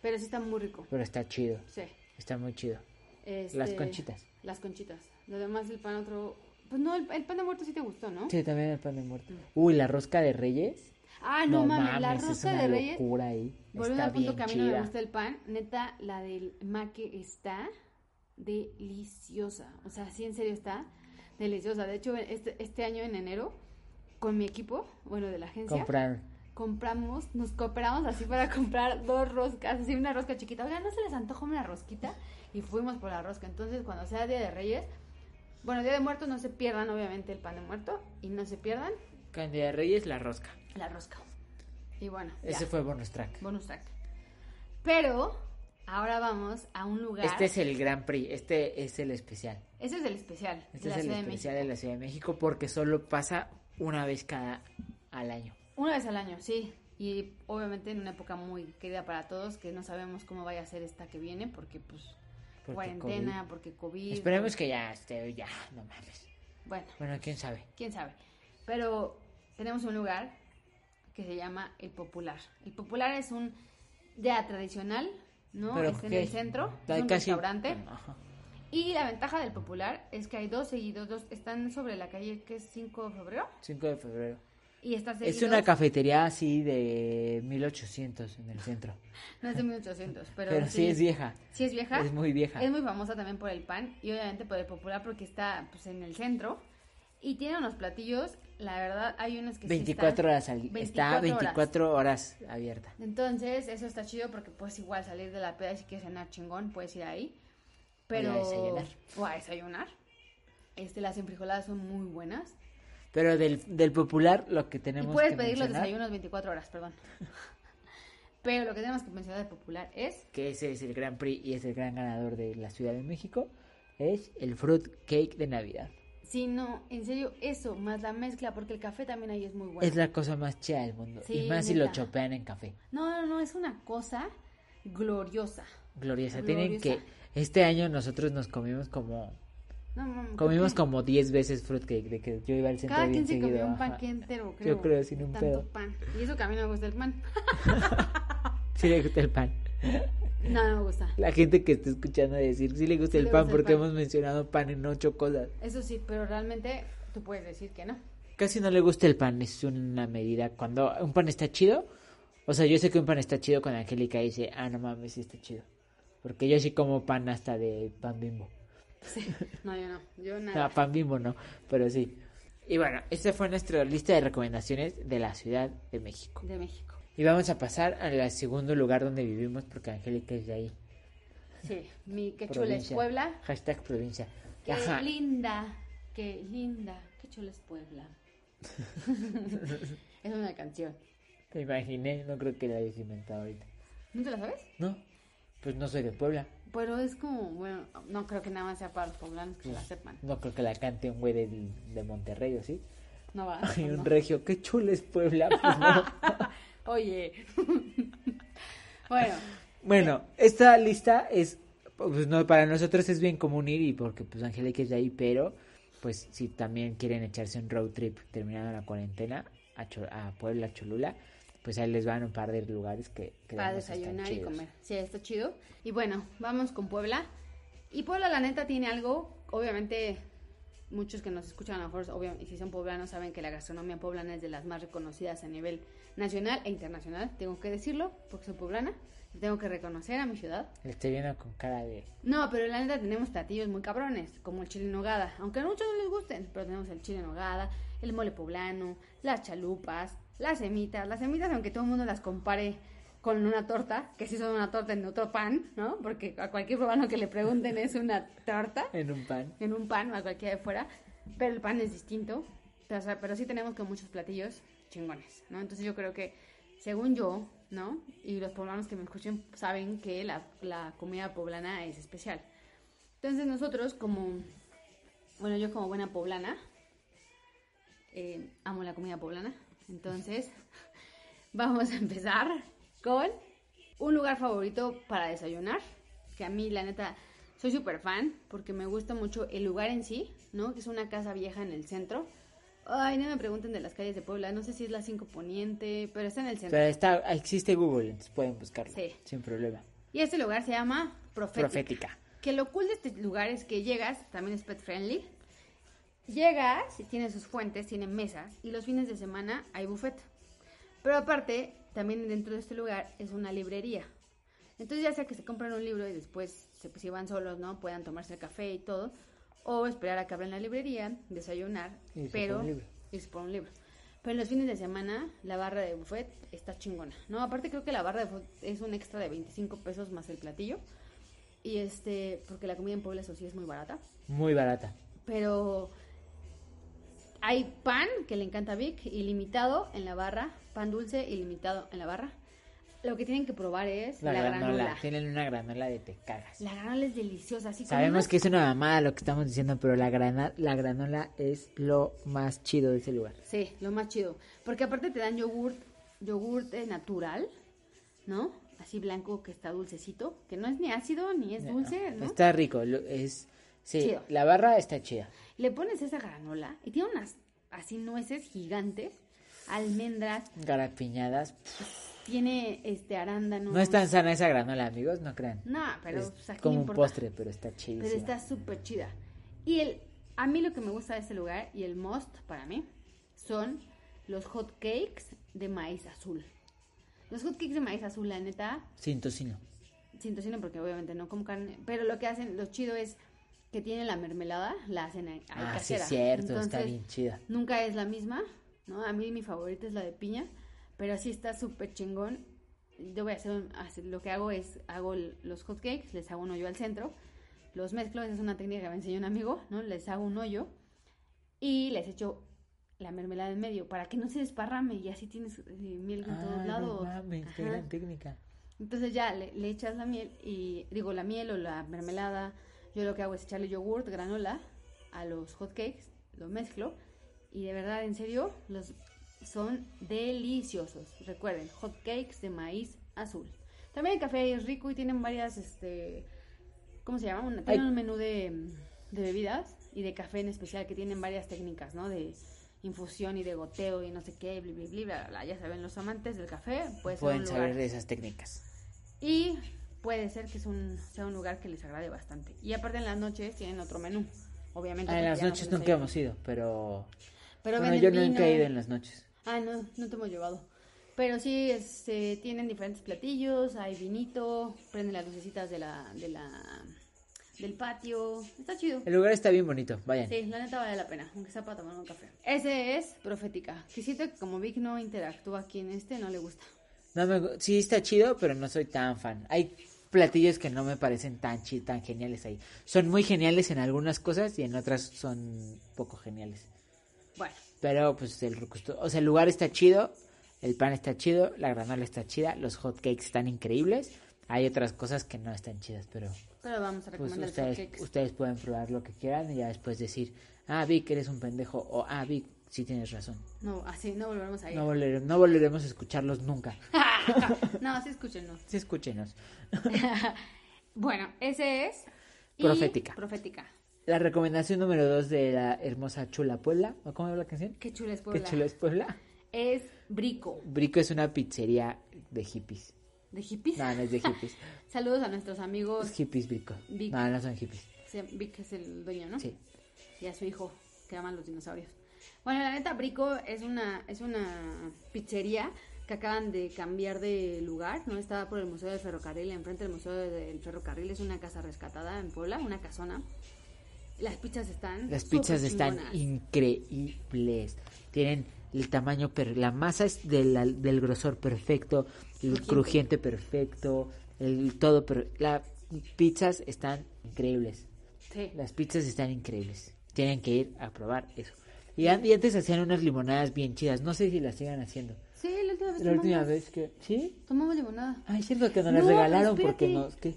C: Pero sí está muy rico.
B: Pero está chido.
C: Sí.
B: Está muy chido.
C: Este,
B: conchitas.
C: Las conchitas. Lo demás, el pan otro. Pues no, el, el pan de muerto sí te gustó, ¿no?
B: Sí, también el pan de muerto. Uy, la rosca de reyes.
C: Mm. Ah, no, mames, la
B: mames, es
C: rosca
B: una
C: de Reyes.
B: locura ahí.
C: Volviendo
B: está
C: al punto
B: bien
C: que a mí no
B: chida.
C: me gusta el pan, neta, la del maque está deliciosa. O sea, sí, en serio está deliciosa. De hecho, este, este año en enero, con mi equipo, bueno, de la agencia,
B: Compraron.
C: compramos, nos cooperamos así para comprar dos roscas, así una rosca chiquita. Oigan, ¿no se les antoja una rosquita? Y fuimos por la rosca. Entonces, cuando sea Día de Reyes, bueno, Día de Muertos no se pierdan, obviamente, el pan de muerto. Y no se pierdan
B: Candida de Reyes, la rosca.
C: la rosca. Y bueno, ya.
B: Ese fue bonus track.
C: Bonus track. Pero, ahora vamos a un lugar.
B: Este es el Gran Prix, este es el especial.
C: Ese es el especial
B: Este
C: de la
B: es el
C: Ciudad de
B: especial
C: México.
B: de la Ciudad de México porque solo pasa una vez cada al año.
C: Una vez al año, sí. Y obviamente en una época muy querida para todos, que no sabemos cómo vaya a ser esta que viene, porque pues
B: Porque
C: cuarentena,
B: COVID.
C: porque COVID.
B: Esperemos que ya esté, ya, no mames.
C: Bueno,
B: Bueno, quién sabe.
C: quién sabe. Pero tenemos un lugar que se llama El Popular. El Popular es un ya tradicional, ¿no?
B: Pero
C: Está en
B: ¿qué?
C: el centro,
B: Hay
C: es un
B: casi-
C: restaurante.
B: Ajá.
C: Y la ventaja del Popular es que hay dos seguidos, dos están sobre la calle que es 5 de febrero
B: 5 de febrero.
C: y está
B: Es
C: seguido
B: una cafetería así de 1800 en el centro.
C: no es de 1800, Ah, pero,
B: Pero, sí es vieja.
C: Sí es vieja.
B: Es muy vieja.
C: Es muy famosa también por el pan y obviamente por el popular porque está pues en el centro y tiene unos platillos, la verdad hay unos que sí están-
B: 24 horas al- está
C: 24 horas.
B: 24 horas abierta.
C: Entonces, eso está chido porque puedes igual salir de la peda y si quieres cenar chingón, puedes ir ahí. Pero,
B: a desayunar.
C: O a desayunar. Este, las enfrijoladas son muy buenas.
B: Pero del, del popular, lo que tenemos
C: y puedes
B: que
C: pedir los
B: mencionar,
C: desayunos 24 horas, perdón. Pero lo que tenemos que mencionar del popular es
B: que ese es el Gran Prix y es el gran ganador de la Ciudad de México, es el fruit cake de Navidad.
C: Sí, no, en serio, eso, más la mezcla, porque el café también ahí es muy bueno.
B: Es la cosa más chida del mundo.
C: Sí,
B: y más si lo
C: neta.
B: chopean en café.
C: No, no, no, es una cosa gloriosa.
B: Gloriosa. Tienen
C: Gloriosa.
B: que. Este año nosotros nos comimos como.
C: No, no, no,
B: Comimos
C: creo
B: como 10 veces fruitcake. De que yo iba al
C: que
B: centro
C: Cada
B: bien
C: quien se comió
B: seguido,
C: un pan
B: ajá.
C: que entero, creo.
B: Yo creo, sin
C: de
B: un
C: tanto
B: pedo.
C: pan. Y eso que a mí no me gusta el pan.
B: Sí le gusta el pan.
C: No, no me gusta.
B: La gente que está escuchando decir sí le gusta
C: Sí
B: el
C: le
B: pan
C: gusta el
B: porque
C: pan.
B: hemos mencionado pan en ocho cosas.
C: Eso sí, pero realmente tú puedes decir que no.
B: Casi no le gusta el pan, es una medida. Cuando un pan está chido, o sea, yo sé que un pan está chido cuando Angélica dice, ah, no mames, sí está chido. Porque yo sí como pan hasta de pan bimbo.
C: Sí. No, yo no. Yo nada.
B: No, pan bimbo no, pero sí. Y bueno, esta fue nuestra lista de recomendaciones de la Ciudad de México.
C: De México.
B: Y vamos a pasar al segundo lugar donde vivimos porque Angélica es de ahí.
C: Sí, mi qué chula es
B: provincia.
C: Puebla.
B: Hashtag provincia.
C: Qué
B: Ajá.
C: linda, qué linda, qué chula es Puebla. es una canción.
B: Te imaginé, no creo que la hayas inventado ahorita.
C: ¿No te la sabes?
B: No, pues no soy de Puebla.
C: Pero es como, bueno, no creo que nada más sea para los poblanos que la sepan.
B: Pues, No creo que la cante un güey del- de, Monterrey, ¿o sí?
C: No va.
B: Hay
C: ¿O
B: un
C: no?
B: regio, qué chulo es Puebla. pues no.
C: Oye. bueno,
B: bueno, esta lista es, pues no, para nosotros es bien común ir y porque pues Angélica es de ahí, pero pues si también quieren echarse un road trip terminando la cuarentena a, Cho- a Puebla, Cholula, pues ahí les van un par de lugares que... que
C: para
B: además están
C: desayunar y
B: chidos.
C: comer. Sí, está chido. Y bueno, vamos con Puebla. Y Puebla, la neta, tiene algo, obviamente, muchos que nos escuchan a lo mejor, obviamente, y si son poblanos, saben que la gastronomía poblana es de las más reconocidas a nivel nacional e internacional. Tengo que decirlo, porque soy poblana. y Tengo que reconocer a mi ciudad.
B: Le estoy viendo con cara de...
C: No, pero la neta tenemos platillos muy cabrones, como el chile en nogada, aunque a muchos no les gusten, pero tenemos el chile en nogada, el mole poblano, las chalupas, las semitas, las semitas aunque todo el mundo las compare con una torta, que sí son una torta en otro pan, ¿no? Porque a cualquier poblano que le pregunten es una torta
B: En un pan.
C: en un pan o a cualquiera de fuera, pero el pan es distinto, pero, o sea, pero sí tenemos que muchos platillos chingones, ¿no? Entonces yo creo que, según yo, ¿no? Y los poblanos que me escuchen saben que la, la comida poblana es especial. Entonces nosotros como, bueno, yo como buena poblana, eh, amo la comida poblana, entonces vamos a empezar con un lugar favorito para desayunar, que a mí la neta soy súper fan porque me gusta mucho el lugar en sí, ¿no? Que es una casa vieja en el centro. Ay, no me pregunten de las calles de Puebla, no sé si es la 5 Poniente, pero está en el centro.
B: Pero está, existe Google, entonces pueden buscarlo.
C: Sí.
B: Sin problema.
C: Y este lugar se llama Profética.
B: Profética.
C: Que lo cool de este lugar es que llegas, también es pet friendly. Llegas, y tiene sus fuentes, tiene mesas y los fines de semana hay buffet. Pero aparte, también dentro de este lugar es una librería. Entonces ya sea que se compren un libro y después se, pues, si van solos, ¿no? Puedan tomarse el café y todo. O esperar a que abran la librería, desayunar,
B: Y irse
C: pero
B: por un libro.
C: irse por un libro. Pero en los fines de semana la barra de buffet está chingona. No, aparte creo que la barra de buffet es un extra de 25 pesos más el platillo. Y este, porque la comida en Puebla eso sí es muy barata.
B: Muy barata.
C: Pero hay pan que le encanta a Vic, ilimitado en la barra, pan dulce ilimitado en la barra. Lo que tienen que probar es la,
B: La, granola.
C: granola.
B: Tienen una granola de te cagas.
C: La granola es deliciosa, así con
B: Sabemos
C: unas-
B: que es una mamada lo que estamos diciendo, pero la, grana, la granola es lo más chido de ese lugar.
C: Sí, lo más chido, porque aparte te dan yogurt, yogurt eh, natural, ¿no? Así blanco que está dulcecito, que no es ni ácido ni es dulce, ¿no?
B: Ah, Está rico. lo- es Sí,
C: Chido.
B: la barra está chida.
C: Le pones esa granola y tiene unas así nueces gigantes, almendras,
B: Garapiñadas. Pff,
C: tiene este arándano.
B: No es tan sana esa granola, amigos, no crean.
C: No, pero
B: es
C: pues, ¿a quién
B: como
C: le
B: un
C: importa?
B: postre, pero está chidísima.
C: Pero está súper chida. Y el, a mí lo que me gusta de este lugar y el most para mí son los hot cakes de maíz azul. Los hot cakes de maíz azul, la neta,
B: Sin tocino.
C: sin tocino porque obviamente no como carne, pero lo que hacen, lo chido es que tienen la mermelada, la hacen ahí, ahí
B: Ah, sí,
C: casera.
B: es cierto, está
C: Entonces,
B: bien chida.
C: Nunca es la misma, ¿no? A mí mi favorita es la de piña, pero sí está súper chingón. Yo voy a hacer, un- hacer- lo que hago es, hago l- los hotcakes, les hago uno yo al centro, Los mezclo, esa es una técnica que me enseñó un amigo, ¿no? Les hago un hoyo y les echo la mermelada en medio para que no se desparrame y así tienes eh, miel en todos
B: Ah,
C: lados.
B: No mames, qué
C: Ajá.
B: gran técnica.
C: Entonces ya le, le echas la miel y digo la miel o la mermelada. Yo lo que hago es echarle yogurt, granola a los hotcakes, lo mezclo y de verdad, en serio, los son deliciosos. Recuerden, hotcakes de maíz azul. También el café es rico y tienen varias, este, ¿cómo se llama? Una- tienen
B: Ay.
C: un menú de, de bebidas y de café en especial que tienen varias técnicas, ¿no? De infusión y de goteo y no sé qué, bla, bla, bla, bla, bla. Ya saben, los amantes del café, pues
B: Pueden
C: un
B: saber
C: lugar
B: de esas técnicas.
C: y puede ser que es un, sea un lugar que les agrade bastante. Y aparte en las noches tienen otro menú, obviamente.
B: Ah, en
C: porque
B: las
C: ya no
B: noches
C: se
B: nunca
C: desayuna.
B: hemos ido, pero.
C: Pero
B: bueno,
C: venden
B: yo no he
C: vino.
B: caído en las noches.
C: Ah, no, no te hemos llevado. Pero sí, este, tienen diferentes platillos, hay vinito, prenden las lucecitas de la, de la, del patio. Está chido.
B: El lugar está bien bonito, vayan.
C: Sí, la neta vale la pena, aunque sea para tomar un café. Ese es Profética, que siento que como Vic no interactúa aquí en este, no le gusta.
B: No me gu- sí, está chido, pero no soy tan fan. Hay platillos que no me parecen tan chi- tan geniales ahí. Son muy geniales en algunas cosas y en otras son poco geniales.
C: Bueno,
B: Pero pues el recusto- o sea, el lugar está chido, el pan está chido, la granola está chida, los hotcakes están increíbles. Hay otras cosas que no están chidas, pero
C: pero vamos a
B: pues
C: recomendar el
B: ustedes,
C: cupcakes.
B: ustedes pueden probar lo que quieran y ya después decir, ah, Vic, eres un pendejo, o ah, Vic, sí tienes razón.
C: No, así no volveremos a ir.
B: No, volvere- no volveremos a escucharlos nunca.
C: no, así escúchenos.
B: Sí, escúchenos.
C: Bueno, ese es. y-
B: Profética.
C: Profética.
B: La recomendación número dos de la hermosa Chula Puebla, ¿o cómo habla la canción?
C: Qué chula es
B: Que
C: Puebla.
B: Chula es Puebla.
C: Es Brico,
B: Brico es una pizzería de hippies.
C: de hippies.
B: No, no es de hippies.
C: Saludos a nuestros
B: Es
C: amigos.
B: hippies, Brico.
C: Brico. Ah,
B: No, no son hippies.
C: Se- Vic es el dueño, ¿no?
B: Sí.
C: Y a su hijo, que aman los dinosaurios. Bueno, la neta, Brico es una, es una pizzería que acaban de cambiar de lugar, ¿no? Está por el Museo del Ferrocarril, enfrente del Museo del Ferrocarril. Es una casa rescatada en Puebla, una casona. Las pizzas están.
B: Las pizzas
C: súper
B: están
C: chingonas.
B: increíbles. Tienen el tamaño, per- la masa es de la- del grosor perfecto, el
C: Crujiente.
B: crujiente, perfecto, el todo. per- las pizzas están increíbles.
C: Sí.
B: Las pizzas están increíbles. Tienen que ir a probar eso. Y, an- y antes hacían unas limonadas bien chidas. No sé si las sigan haciendo.
C: Sí, la última vez
B: La última
C: tomamos-
B: vez que. ¿Sí?
C: Tomamos limonada.
B: Ay, es cierto que nos las
C: No,
B: regalaron
C: espérate.
B: porque nos. ¿qué?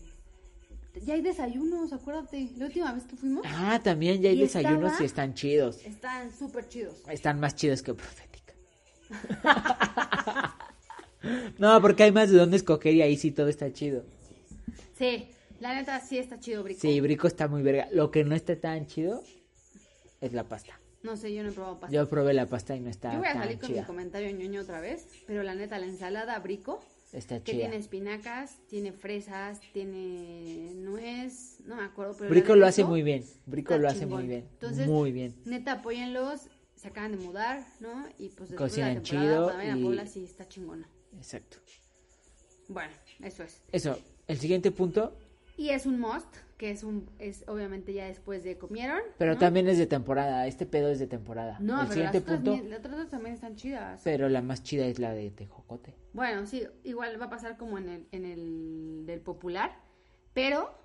C: Ya hay desayunos, acuérdate. La última vez que fuimos,
B: Ah, también ya hay
C: Y
B: desayunos
C: estaba-
B: y están chidos.
C: están súper chidos.
B: Están más chidos que Profética. no, porque hay más de dónde escoger y ahí sí todo está chido.
C: Sí, la neta sí está chido, Brico.
B: Sí, Brico está muy verga. Lo que no está tan chido es la pasta.
C: No sé, yo no he probado pasta. Yo,
B: Yo probé la pasta y no está
C: voy a
B: tan
C: salir con mi
B: chida.
C: comentario ñoño otra vez, pero la neta, la ensalada Brico,
B: Está
C: que
B: chida.
C: tiene espinacas, tiene fresas, tiene nuez, no me acuerdo. Pero
B: Brico lo hace muy bien. Brico
C: Brico
B: lo hace muy bien.
C: Entonces,
B: muy bien.
C: Neta, apóyenlos. Se acaban de mudar, ¿no? Y pues después de la
B: Cocinan
C: temporada,
B: chido
C: para ver a
B: y-
C: Puebla sí está chingona.
B: Exacto.
C: Bueno, eso es.
B: Eso, el siguiente punto,
C: Y es un must, que es un es obviamente ya después de comieron.
B: pero
C: ¿no?
B: también es de temporada. Este pedo es de temporada. el
C: No, pero
B: siguiente
C: las, otras,
B: punto,
C: ni- las otras dos también están chidas.
B: pero la más chida es la de Tejocote.
C: Bueno, sí, igual va a pasar como en el, en el del popular, pero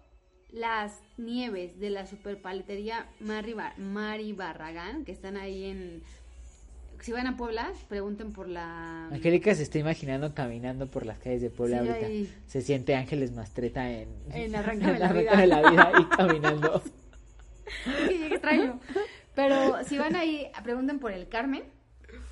C: las nieves de la superpaletería Mari, Bar- Mari Barragán, que están ahí en... Si van a Puebla, pregunten por la...
B: Angélica se está imaginando caminando por las calles de Puebla
C: Ah. Sí,
B: ahorita.
C: ahí.
B: Se siente Ángeles Mastreta en,
C: En Arráncame la
B: Arráncame
C: vida.
B: la vida y caminando.
C: Qué extraño. Pero si van ahí, pregunten por el Carmen.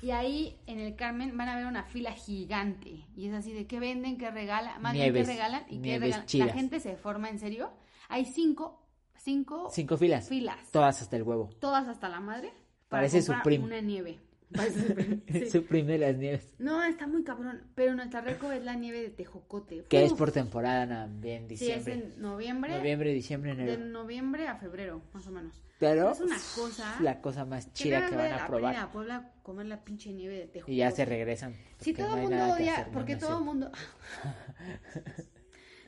C: Y ahí en el Carmen van a ver una fila gigante. Y es así de qué venden, qué regalan, más bien
B: Nieves,
C: qué regalan y qué
B: nieves
C: regalan. La
B: chidas.
C: gente se forma en serio. Hay cinco, cinco,
B: Cinco filas.
C: Filas.
B: Todas hasta el huevo.
C: todas hasta la madre.
B: Parece
C: comprar
B: Supreme.
C: Una nieve. Parece Supreme, sí.
B: Suprime las nieves.
C: No, está muy cabrón. Pero nuestra reco es la nieve de Tejocote.
B: Que es
C: Uf.
B: por temporada también,
C: Sí, es
B: diciembre.
C: en noviembre.
B: Noviembre, diciembre,
C: De
B: enero.
C: noviembre a febrero, más o menos.
B: Pero
C: es una cosa.
B: la cosa más
C: Que
B: chida
C: nada
B: que
C: más
B: van
C: vale
B: a
C: la
B: probar.
C: pena ir a Puebla a comer la pinche nieve de Tejo.
B: Y ya se regresan.
C: Si
B: porque
C: todo
B: no
C: el
B: hay
C: mundo
B: nada que
C: odia,
B: hacer, no,
C: porque
B: no es
C: todo el
B: cierto.
C: mundo.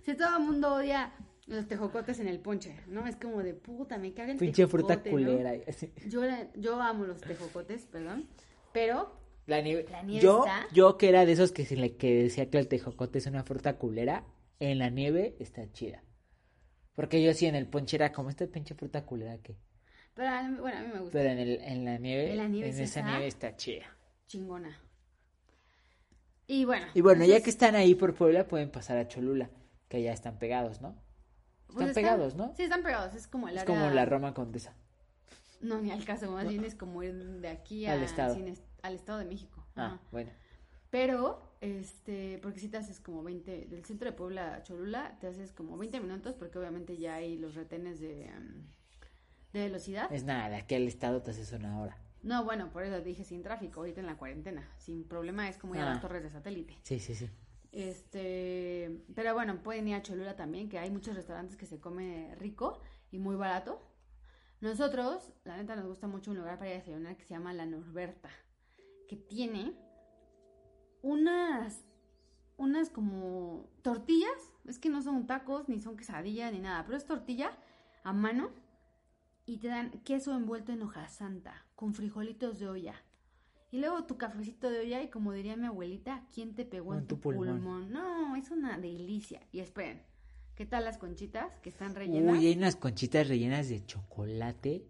C: si todo el mundo odia los tejocotes en el ponche, ¿no? Es como de puta, me caga el
B: Pinche fruta
C: tejocote, ¿no?
B: culera. y así.
C: Yo, la- yo amo los tejocotes, perdón. Pero
B: La nieve.
C: La nieve
B: yo,
C: está-
B: yo que era de esos que, se le, que decía que el tejocote es una fruta culera, en la nieve está chida. Porque yo sí en el ponche era como esta pinche fruta culera que.
C: Pero a mí- bueno, a mí me gusta.
B: Pero en, el, en la nieve.
C: En la nieve sí
B: esa
C: está.
B: nieve está chida.
C: Chingona. Y bueno. pues
B: Y bueno, ya
C: entonces,
B: que están ahí por Puebla, pueden pasar a Cholula, que ya están pegados, ¿no?
C: pues,
B: Están pegados, ¿no?
C: Sí, están pegados. Es como el
B: Es
C: área.
B: como la Roma Condesa.
C: No, ni al caso. Más bien es como ir de aquí
B: Al
C: a-
B: estado.
C: sin est- al estado de México.
B: Ah,
C: Ajá.
B: bueno.
C: Pero, este, porque si te haces como 20, del centro de Puebla a Cholula, te haces como 20 minutos, porque obviamente ya hay los retenes de, em, de velocidad.
B: Es nada, de aquí al estado te haces una hora.
C: No, bueno, por eso dije sin tráfico, ahorita en la cuarentena, sin problema, es como ir a
B: Ah.
C: las torres de satélite.
B: Sí, sí, sí.
C: Este, pero bueno, pueden ir a Cholula también, que hay muchos restaurantes que se come rico y muy barato. Nosotros, la neta, nos gusta mucho un lugar para ir a desayunar que se llama La Norberta, que tiene unas, unas como tortillas, es que no son tacos, ni son quesadilla, ni nada, pero es tortilla a mano y te dan queso envuelto en hoja santa, con frijolitos de olla. Y luego tu cafecito de olla y como diría mi abuelita, ¿quién te pegó en, tu, pulmón? No, es una delicia. Y esperen, ¿qué tal las conchitas que están rellenas?
B: Uy, hay unas conchitas rellenas de chocolate.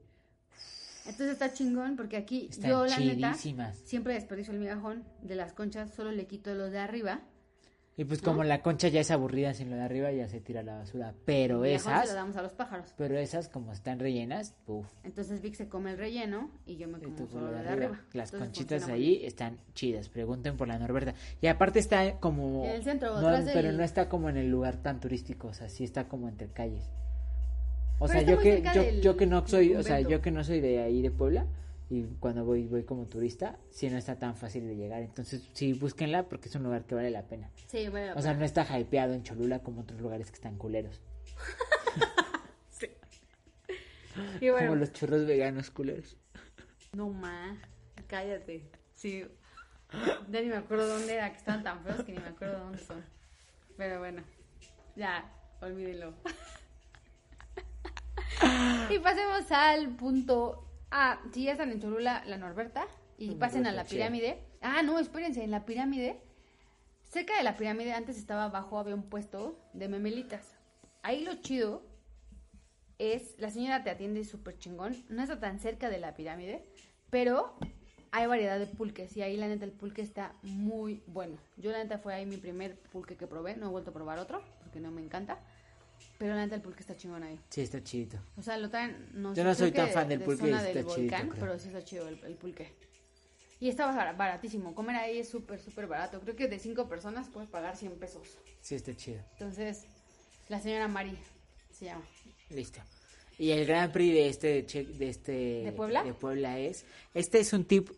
C: Entonces está chingón porque aquí
B: Están
C: yo la neta
B: chidísimas.
C: siempre desperdicio el migajón de las conchas, solo le quito los de arriba.
B: Y pues como la concha ya es aburrida sin lo de arriba, ya se tira a la basura. Pero
C: el migajón se lo
B: esas,
C: damos a los pájaros.
B: pero esas como están rellenas, puf.
C: Entonces Vic se come el relleno y yo me
B: Y
C: como
B: tú por
C: solo
B: lo
C: lo
B: de
C: de
B: arriba.
C: arriba.
B: Las
C: Entonces
B: conchitas
C: funciona
B: ahí están chidas. Pregunten por la Norberta. Y aparte está como.
C: En el centro,
B: no,
C: atrás
B: Pero
C: del-
B: no está como en el lugar tan turístico. O sea, sí está como entre calles. O
C: Pero
B: sea,
C: está
B: yo
C: muy
B: que,
C: cerca
B: yo,
C: del-
B: yo que no
C: del
B: soy, o sea,
C: convento.
B: yo que no soy de ahí de Puebla y cuando voy voy como turista, sí no está tan fácil de llegar. Entonces, sí búsquenla porque es un lugar que vale la pena.
C: muy- Sí, bueno,
B: O sea, no está hypeado en Cholula como otros lugares que están culeros.
C: y bueno,
B: Como los churros veganos culeros.
C: no más, cállate. Sí, ya ni me acuerdo dónde era, que estaban tan feos que ni me acuerdo dónde son. Pero bueno, ya, olvídelo. Y pasemos al punto A. Si ya están en Cholula, la Norberta, y pasen a la
B: Norberta, sí.
C: pirámide. Ah, no, espérense, en la pirámide, cerca de la pirámide, antes estaba abajo, había un puesto de memelitas. Ahí lo chido es, la señora te atiende súper chingón, no está tan cerca de la pirámide, pero hay variedad de pulques y ahí la neta el pulque está muy bueno. Yo la neta fue ahí mi primer pulque que probé, no he vuelto a probar otro porque no me encanta, pero la neta el pulque está chingón ahí.
B: Sí, está chidito.
C: O sea, lo traen,
B: Yo
C: no sé,
B: no
C: creo
B: soy
C: que
B: tan
C: de-
B: fan del
C: de
B: pulque,
C: zona
B: está
C: del
B: chidito,
C: volcán,
B: creo.
C: pero sí está chido el, el pulque. Y está bar- baratísimo, comer ahí es súper, súper barato. Creo que de cinco personas puedes pagar 100 pesos.
B: Sí, está chido.
C: Entonces, la señora Mari se llama.
B: Listo. Y el Gran Prix de este de, Che- de este
C: ¿De Puebla?
B: es este es un tip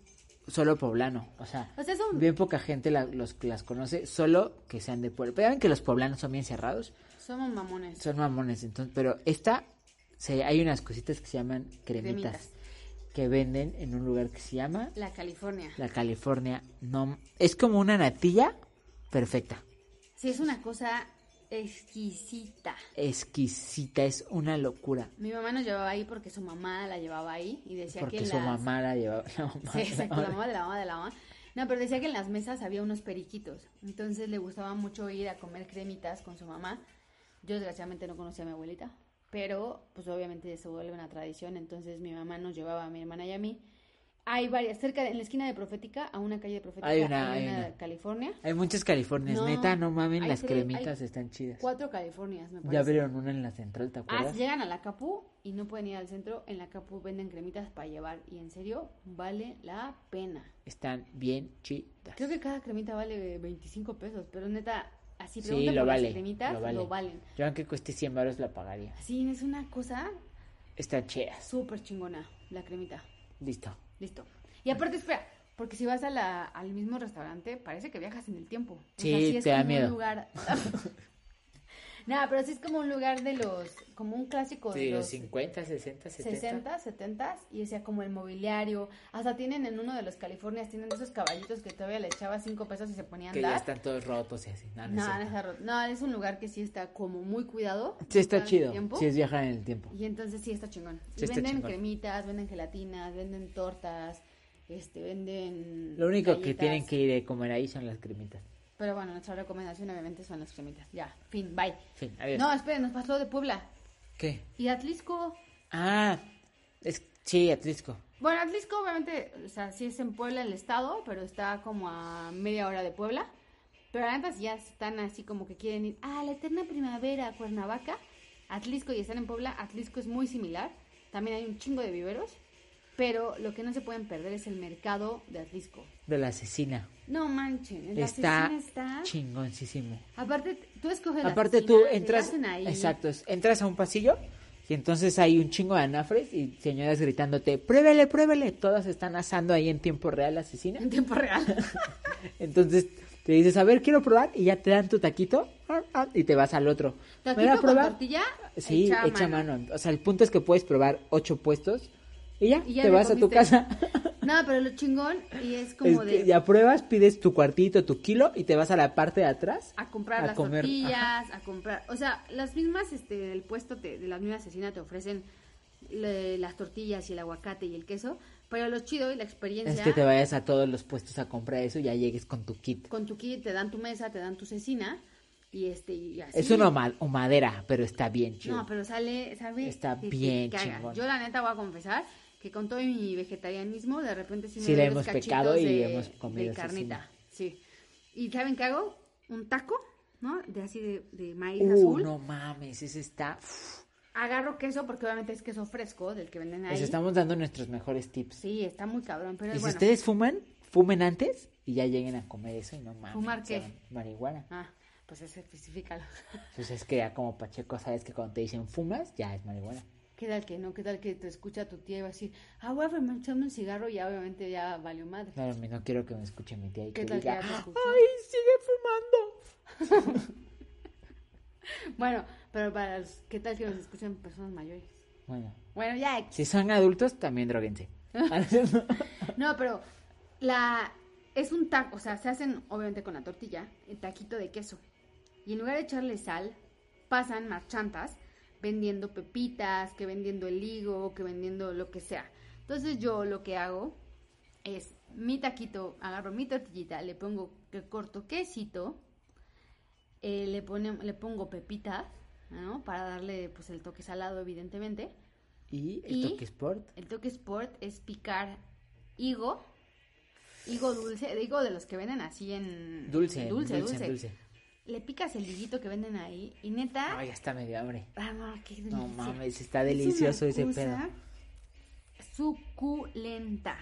B: solo poblano, o sea,
C: O sea, es un-
B: bien poca gente la- los las conoce, solo que sean de Puebla. Pero ya ven que los poblanos son bien cerrados,
C: Somos mamones.
B: son mamones, entonces, pero esta se, hay unas cositas que se llaman cremitas,
C: Cremitas.
B: que venden en un lugar que se llama
C: La California.
B: la California. No, es como una natilla perfecta.
C: Sí, es una cosa exquisita.
B: Exquisita, es una locura.
C: Mi mamá nos llevaba ahí porque su mamá la llevaba ahí y decía
B: Porque
C: que
B: su
C: las...
B: mamá la llevaba. la mamá
C: Sí,
B: la-
C: exacto, la mamá de la mamá de la mamá. No, pero decía que en las mesas había unos periquitos. Entonces le gustaba mucho ir a comer cremitas con su mamá. Yo desgraciadamente no conocía a mi abuelita, pero pues obviamente se vuelve una tradición. Entonces mi mamá nos llevaba a mi hermana y a mí. Hay varias, cerca de, en la esquina de Profética, a una calle de Profética,
B: Hay una, hay una.
C: de California.
B: Hay muchas Californias,
C: No,
B: neta, no mamen,
C: hay
B: las
C: tres-
B: cremitas
C: hay
B: están chidas.
C: Cuatro Californias, me parece.
B: Ya abrieron una en la central, ¿te
C: Ah,
B: acuerdas?
C: si llegan a la Capu y no pueden ir al centro, en la Capu venden cremitas para llevar. Y en serio, vale la pena.
B: Están bien chidas.
C: Creo que cada cremita vale 25 pesos, pero neta, así
B: sí,
C: pregunta
B: lo
C: por
B: vale,
C: las cremitas,
B: lo
C: lo,
B: vale.
C: valen.
B: Yo aunque cueste 100 baros la pagaría.
C: Así es una cosa
B: Están chidas.
C: súper chingona la cremita.
B: Listo.
C: Listo. Y aparte, espera, porque si vas a la- al mismo restaurante, parece que viajas en el tiempo. O
B: Sí,
C: sea, es
B: te da
C: como un
B: miedo.
C: lugar... Nada, pero sí es como un lugar de los, como un clásico de los
B: 50, 60,
C: 60, 70 y o sea, como el mobiliario. Hasta tienen en uno de los Californias, tienen esos caballitos que todavía le echaba 5 pesos y se ponían a andar.
B: están todos rotos y así. No,
C: No, no, está roto. No, es un lugar que sí está como muy cuidado.
B: Sí, está
C: todo el
B: chido.
C: tiempo.
B: Sí, es viajar en el tiempo.
C: Y entonces sí está chingón.
B: Sí
C: y
B: está
C: venden
B: chingón.
C: cremitas, venden gelatinas, venden tortas, este, venden.
B: Lo único que
C: galletas.
B: tienen que ir a comer ahí son las cremitas.
C: Pero bueno, nuestra recomendación obviamente son las cremitas. Ya, fin, bye.
B: Fin, adiós.
C: No, esperen, nos pasó de Puebla.
B: ¿Qué?
C: Y Atlisco.
B: Ah, es, sí, Atlisco.
C: Bueno, Atlisco obviamente, o sea, sí es en Puebla el estado, pero está como a media hora de Puebla. Pero antes ya están así como que quieren ir a la eterna primavera, a Cuernavaca, Atlisco y están en Puebla. Atlisco es muy similar, también hay un chingo de viveros, pero lo que no se pueden perder es el mercado de Atlisco.
B: De la asesina.
C: No manchen, el
B: está,
C: asesino está...
B: chingoncísimo.
C: Aparte, tú escoges la
B: Aparte
C: asesina,
B: tú
C: te la
B: entras,
C: hacen ahí.
B: exacto, es- entras a un pasillo y entonces hay un chingo de anafres y señoras gritándote, pruébele, pruébele, todas están asando ahí en tiempo real la asesina.
C: En tiempo real.
B: Entonces te dices, a ver, quiero probar y ya te dan tu taquito ah, ah, y te vas al otro. ¿Me da a
C: Taquito con
B: probar?
C: tortilla,
B: Sí,
C: hecha
B: hecha,
C: a
B: mano. O sea, el punto es que puedes probar ocho puestos y ya,
C: Y ya
B: te
C: le
B: vas a tu
C: comiste.
B: casa.
C: No, pero lo chingón y es como
B: Es
C: de
B: que ya pruebas, pides tu cuartito, tu kilo y te vas a la parte de atrás
C: a comprar
B: a
C: las
B: comer.
C: tortillas, a comprar, o sea, las mismas este del puesto te- de las mismas asesina te ofrecen le- las tortillas y el aguacate y el queso, pero lo chido y la experiencia
B: Es que Este, te vayas a todos los puestos a comprar eso y ya llegues con tu kit.
C: con tu kit te dan tu mesa, te dan tu cecina y este y así.
B: Es una huma- humadera, pero está bien chido.
C: No, pero sale, sabe
B: Está
C: que te
B: bien
C: cagas.
B: chingón.
C: Yo la neta voy a confesar que con todo mi vegetarianismo de repente sí me
B: Sí, le
C: doy
B: hemos
C: los cachitos
B: pecado y
C: de,
B: hemos comido
C: de carnita, sí. ¿Y saben qué hago? Un taco, ¿no? De así de, de maíz
B: Uh,
C: azul.
B: no mames, ese está... uf.
C: Agarro queso porque obviamente es queso fresco del que venden ahí.
B: Les estamos dando nuestros mejores tips.
C: Sí, está muy cabrón, pero
B: y si
C: bueno.
B: ustedes fuman, fumen antes y ya lleguen a comer eso y no mames.
C: ¿Fumar qué?
B: sean Marihuana.
C: Ah, pues ese especifícalo.
B: Entonces es que ya como Pacheco sabes que cuando te dicen fumas, ya es marihuana.
C: ¿Qué tal que no? ¿Qué tal que te escucha tu tía y va a decir, ah, voy a fumarme un cigarro y ya obviamente ya valió madre?
B: No, mami, no quiero que me escuche mi tía y
C: ¿Qué
B: que
C: tal que
B: diga,
C: ya te
B: ¡ay,
C: escuchó?
B: sigue
C: Bueno, pero para los, ¿qué tal que nos escuchan personas mayores?
B: fumando! Bueno,
C: Bueno, ya.
B: si son adultos, también droguense. Ah, no.
C: No, pero la es un taco, o sea, se hacen obviamente con la tortilla, el taquito de queso. Y en lugar de echarle sal, pasan marchantas vendiendo pepitas, que vendiendo el higo, que vendiendo lo que sea. Entonces yo lo que hago es mi taquito, agarro mi tortillita, le pongo que corto quesito, eh, le, pone, le pongo pepitas, ¿no? Para darle pues el toque salado, evidentemente.
B: y el
C: Y-
B: toque sport.
C: El toque sport es picar higo, higo dulce, de higo de los que venden así en
B: Dulce,
C: dulce,
B: dulce,
C: dulce.
B: dulce.
C: Le picas el higuito que venden ahí y neta,
B: Ay, hasta me dio hambre.
C: ah, no, qué delicia.
B: No mames, está
C: ¿Ah? Es una
B: delicioso ese
C: cosa
B: pedo.
C: Suculenta.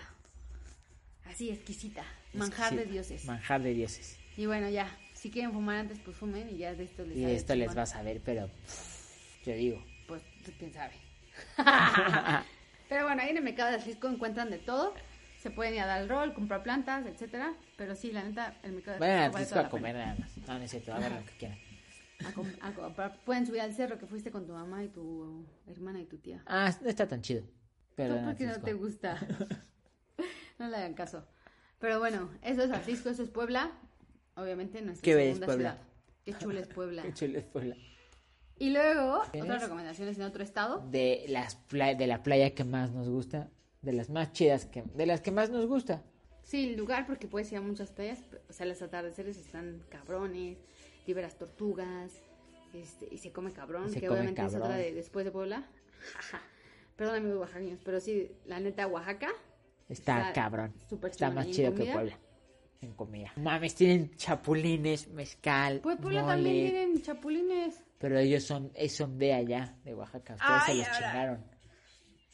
C: Así exquisita, manjar de
B: Exquisito.
C: dioses.
B: Manjar de dioses.
C: y bueno, ya, si quieren fumar antes pues fumen y ya de esto les
B: Y
C: sabe
B: esto les
C: chingón.
B: va a saber, pero pff, yo digo.
C: Pues quién sabe. Pero bueno, ahí en el mercado de Atlisco encuentran de todo. Se pueden ir a dar el rol, comprar plantas, etcétera. Pero sí, la neta, el mercado de
B: Vayan a
C: vale
B: Atlisco
C: toda
B: a
C: la
B: comer
C: pena.
B: nada más. No, no es cierto, hagan lo que quieran.
C: A com- a comprar. Pueden subir al cerro que fuiste con tu mamá y tu hermana y tu tía.
B: Ah, no está tan chido. Pero
C: ¿Tú por qué no te gusta? no le hagan caso. Pero bueno, eso es Atlisco, eso es Puebla. Obviamente nuestra
B: Qué bella es
C: segunda
B: Puebla.
C: ciudad. Qué chula es Puebla.
B: Qué chulo es Puebla.
C: y luego,
B: ¿Tienes?
C: otras recomendaciones en otro estado.
B: De, las pla- de la playa que más nos gusta, de las más chidas, que de las que más nos gusta.
C: Sí, el lugar, porque puedes ir a muchas playas. O sea, los atardeceres están cabrones, liberas tortugas, este, y se come cabrón,
B: Y se
C: que
B: come
C: obviamente es
B: cabrón.
C: otra de después de Puebla. Perdón, amigos oaxaqueños, pero sí, la neta, Oaxaca.
B: Está
C: Está
B: cabrón.
C: súper
B: está
C: chingón.
B: más
C: ¿Y en
B: chido que
C: comida?
B: Puebla. En comida. Mames, tienen chapulines, mezcal,
C: Pues Puebla
B: mole,
C: también tienen chapulines.
B: Pero ellos son, eh, son de allá, de Oaxaca. Ustedes se
C: Ay,
B: los
C: ahora.
B: chingaron.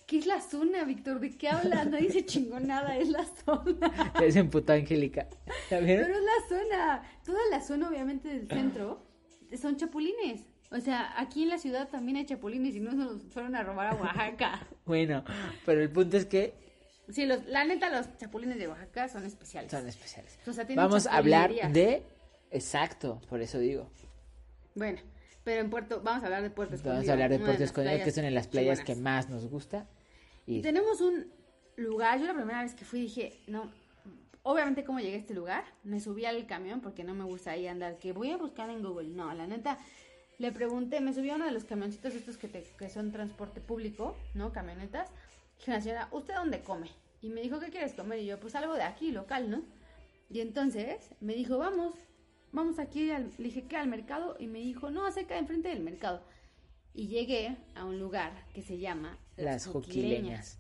C: ¿Qué es la zona, Víctor? ¿De qué hablas? Nadie se chingó nada, es la zona.
B: Ya se emputó Angélica. ¿Ya vieron?
C: Pero es la zona. Toda la zona, obviamente, del centro son chapulines. O sea, aquí en la ciudad también hay chapulines y no se los fueron a robar a Oaxaca.
B: Bueno, pero el punto es que
C: Sí, los, la neta, los chapulines de Oaxaca son especiales.
B: son especiales.
C: O sea, tienen
B: Vamos a hablar
C: chapulinería.
B: de... Exacto, por eso digo.
C: Bueno, pero en Puerto, vamos a hablar de Puerto Escondido.
B: Vamos a hablar de
C: una las
B: Puerto Escondido, que
C: playas
B: son en las playas que
C: chingonas.
B: más nos gusta. Y
C: Tenemos un lugar, yo la primera vez que fui dije, no, obviamente como llegué a este lugar, me subí al camión porque no me gusta ahí andar, que voy a buscar en Google. No, la neta, le pregunté, me subí a uno de los camioncitos estos que, te- que son transporte público, ¿no? Camionetas. Dije a la señora, ¿usted dónde come? Y me dijo, ¿qué quieres comer? Y yo, pues algo de aquí, local, ¿no? Y entonces me dijo, vamos, vamos aquí, al, le dije, ¿qué? Al mercado. Y me dijo, no, acá enfrente del mercado. y llegué a un lugar que se llama
B: Las joquileñas.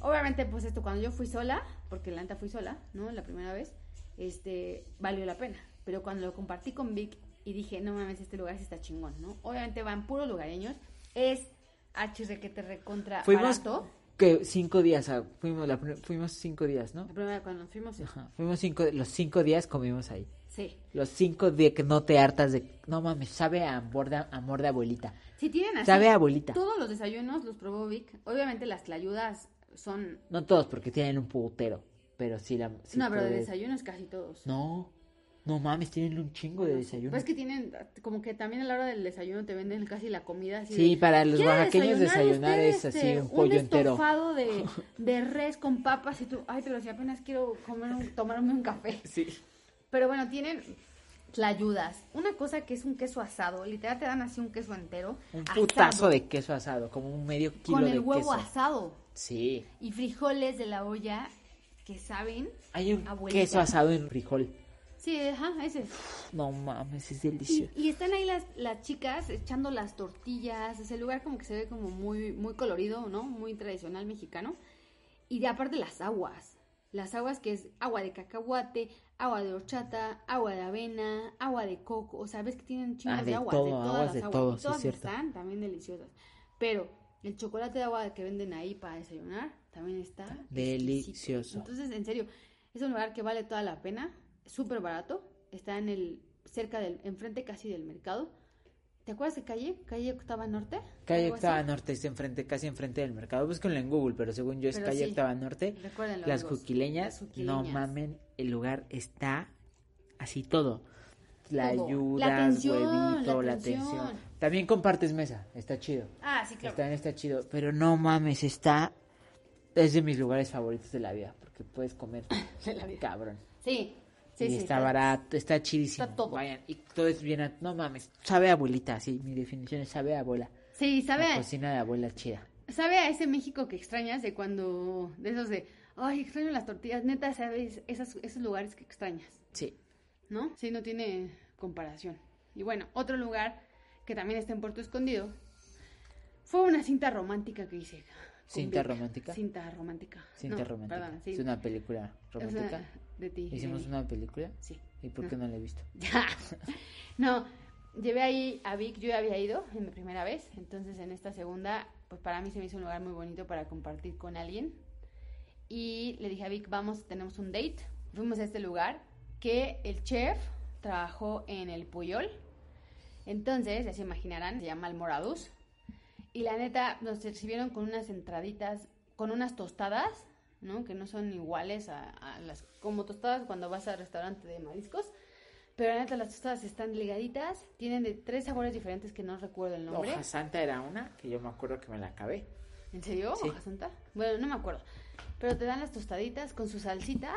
C: Obviamente, pues esto, cuando yo fui sola, porque la neta fui sola, ¿no? La primera vez, este, valió la pena. Pero cuando lo compartí con Vic y dije, no mames, este lugar sí está chingón, ¿no? Obviamente van puros lugareños, es HR que te recontra
B: Fuimos
C: barato.
B: que cinco días, a- fuimos, la prim- fuimos cinco días, ¿no?
C: La primera vez cuando nos fuimos, sí.
B: Ajá, Fuimos cinco, los cinco días comimos ahí.
C: sí.
B: Los cinco días que no te hartas de, no mames, sabe a amor de, amor de abuelita.
C: Si tienen así,
B: Sabe a abuelita.
C: todos los desayunos los probó Vic. Obviamente las tlayudas son...
B: No todos porque tienen un putero, pero sí la... sí
C: no, pero de
B: puedes-
C: desayunos casi todos.
B: No, no mames, tienen un chingo de desayuno.
C: Pues que tienen, como que también a la hora del desayuno te venden casi la comida así.
B: Sí,
C: de,
B: para los
C: "¿Quieren
B: oaxaqueños desayunar
C: ustedes,
B: es así,
C: este,
B: un pollo entero?"
C: estofado de, de res con papas y tú, ay, pero si apenas quiero comer un- tomarme un café.
B: Sí.
C: Pero bueno, tienen tlayudas. Una cosa que es un queso asado, literal te dan así un queso entero.
B: Un
C: asado,
B: putazo de queso asado, como un medio kilo
C: Con
B: de
C: el huevo
B: queso.
C: asado
B: Sí.
C: y frijoles de la olla que saben.
B: Hay un
C: Abuelita.
B: queso asado en frijol.
C: Sí, ajá, ese.
B: No mames, es
C: Y,
B: delicioso.
C: y están ahí las, las chicas echando las tortillas. Ese lugar como que se ve como muy, muy colorido, ¿no? Muy tradicional mexicano. Y de aparte las aguas. Las aguas que es agua de cacahuate, agua de horchata, agua de avena, agua de coco. O sea, ves que tienen chingos
B: Ah,
C: de
B: de
C: aguas,
B: todo,
C: de todas
B: aguas
C: las
B: de
C: aguas.
B: todo,
C: y
B: sí,
C: todas
B: cierto.
C: están también deliciosas. Pero el chocolate de agua que venden ahí para desayunar también está exquisito.
B: Delicioso.
C: Entonces, en serio, es un lugar que vale toda la pena, súper barato, está en el, cerca del, enfrente casi del mercado. ¿Te acuerdas de calle? Calle Octava Norte.
B: Calle
C: algo así.
B: Octava Norte está enfrente, casi enfrente del mercado. Búsquenlo en Google, pero según yo es
C: Pero
B: Calle
C: sí.
B: Octava Norte.
C: Recuérdenlo,
B: Las
C: amigos.
B: juquileñas,
C: Las
B: no
C: juquileñas.
B: mamen, el lugar está así todo. La
C: Todo.
B: ayuda,
C: La atención,
B: huevito,
C: la
B: la
C: atención.
B: atención. También compartes mesa, está chido.
C: Ah, sí, claro.
B: Está, está chido, pero no mames, está... Es de mis lugares favoritos de la vida, porque puedes comer cabrón.
C: Sí, sí,
B: y
C: sí.
B: está barato, está chidísimo.
C: está todo.
B: Vayan, y todo es bien, a- no mames, sabe a abuelita, sí, mi definición es sabe a abuela.
C: Sí, ¿sabe?
B: La
C: a-
B: cocina de abuela chida.
C: ¿Sabe a ese México que extrañas de cuando, de esos de, ay, extraño las tortillas? Neta, ¿sabes? Esas, esos lugares que extrañas.
B: Sí.
C: ¿no? Sí, no tiene comparación. Y bueno, otro lugar que también está en Puerto Escondido fue una cinta romántica que hice. con
B: ¿Cinta
C: Vic.
B: romántica?
C: Cinta romántica.
B: Cinta
C: No,
B: romántica.
C: perdón, sí.
B: Es una película
C: Es una-
B: romántica.
C: de ti. de
B: Hicimos
C: mí.
B: una película.
C: Sí.
B: ¿Y por qué no la he visto?
C: Ya. No, llevé ahí a Vic, yo ya había ido en mi primera vez, entonces en esta segunda, pues para mí se me hizo un lugar muy bonito para compartir con alguien. Y le dije a Vic, vamos, tenemos un date. Fuimos a este lugar que el chef trabajó en el Puyol. Entonces, ya se imaginarán, se llama El Moradus. Y la neta, nos sirvieron con unas entraditas, con unas tostadas, ¿no? Que no son iguales a, a las, como tostadas cuando vas al restaurante de mariscos. Pero la neta, las tostadas están ligaditas, tienen de tres sabores diferentes que no recuerdo el nombre.
B: Hoja Santa era una que yo me acuerdo que me la acabé.
C: ¿En serio?
B: Sí.
C: ¿Hoja santa? Bueno, no me acuerdo. Pero te dan las tostaditas con sus salsitas.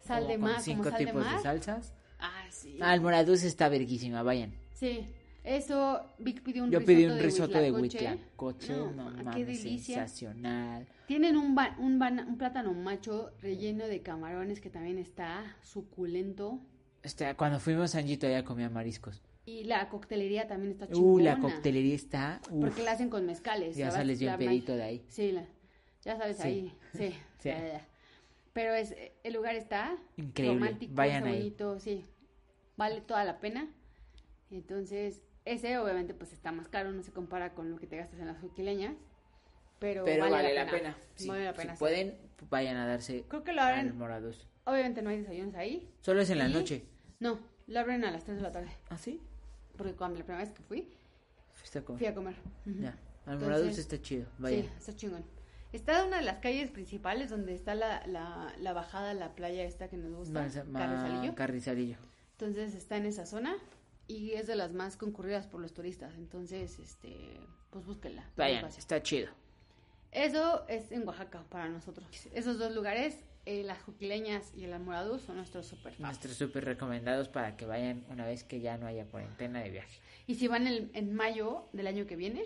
C: Sal
B: Como
C: de
B: con
C: mar,
B: cinco
C: como sal
B: tipos
C: de
B: de,
C: mar.
B: salsas.
C: Ah, sí.
B: Ah, el moraduz está verguísima, vayan.
C: Sí. Eso, Vic pidió un
B: yo
C: risotto
B: pedí un risotto de
C: huitlacoche.
B: huitlacoche,
C: No,
B: no,
C: ma, qué
B: mames,
C: delicia.
B: sensacional.
C: Tienen un, ba- un, bana- un plátano macho relleno de camarones que también está suculento.
B: O sea, cuando fuimos a Angito ya comía mariscos.
C: Y la coctelería también está chingona.
B: Uh, la coctelería está... uf.
C: Porque la hacen con mezcales.
B: Ya
C: ¿sabes?
B: sales bien
C: La ma-
B: pedito de ahí.
C: Sí, la- ya sabes,
B: Sí.
C: ahí. Sí.
B: Sí.
C: ya, ya, ya. Pero es, el lugar está
B: Increíble,
C: romántico,
B: vayan
C: está
B: ahí.
C: bonito, sí. Vale toda la pena. Entonces, ese obviamente pues está más caro, no se compara con lo que te gastas en las juquileñas. Pero,
B: Pero vale, la pena. Sí,
C: Vale la
B: si
C: pena. sí.
B: pueden, vayan a darse
C: Creo que lo abren-
B: al moraduz.
C: Obviamente no hay desayunos ahí.
B: Solo es en la
C: Y-
B: noche.
C: No, lo abren a las 3 de la tarde.
B: ¿Ah, sí?
C: Porque cuando la primera vez que fui,
B: Está con...
C: fui a comer. Ujú.
B: Ya. Al
C: Entonces-
B: moraduz está chido, vayan.
C: Sí, está chingón. Está en una de las calles principales donde está la, la, la bajada a la playa esta que nos gusta,
B: Más- más-
C: Carrizalillo.
B: Carrizalillo.
C: Entonces está en esa zona y es de las más concurridas por los turistas. Entonces, este, pues búsquenla.
B: Vayan,
C: Búsquenla.
B: está chido.
C: Eso es en Oaxaca para nosotros. Esos dos lugares, eh, las juquileñas y el almoradú, son nuestros super
B: Nuestros súper recomendados para que vayan una vez que ya no haya cuarentena de viaje.
C: Y si van el- en mayo del año que viene,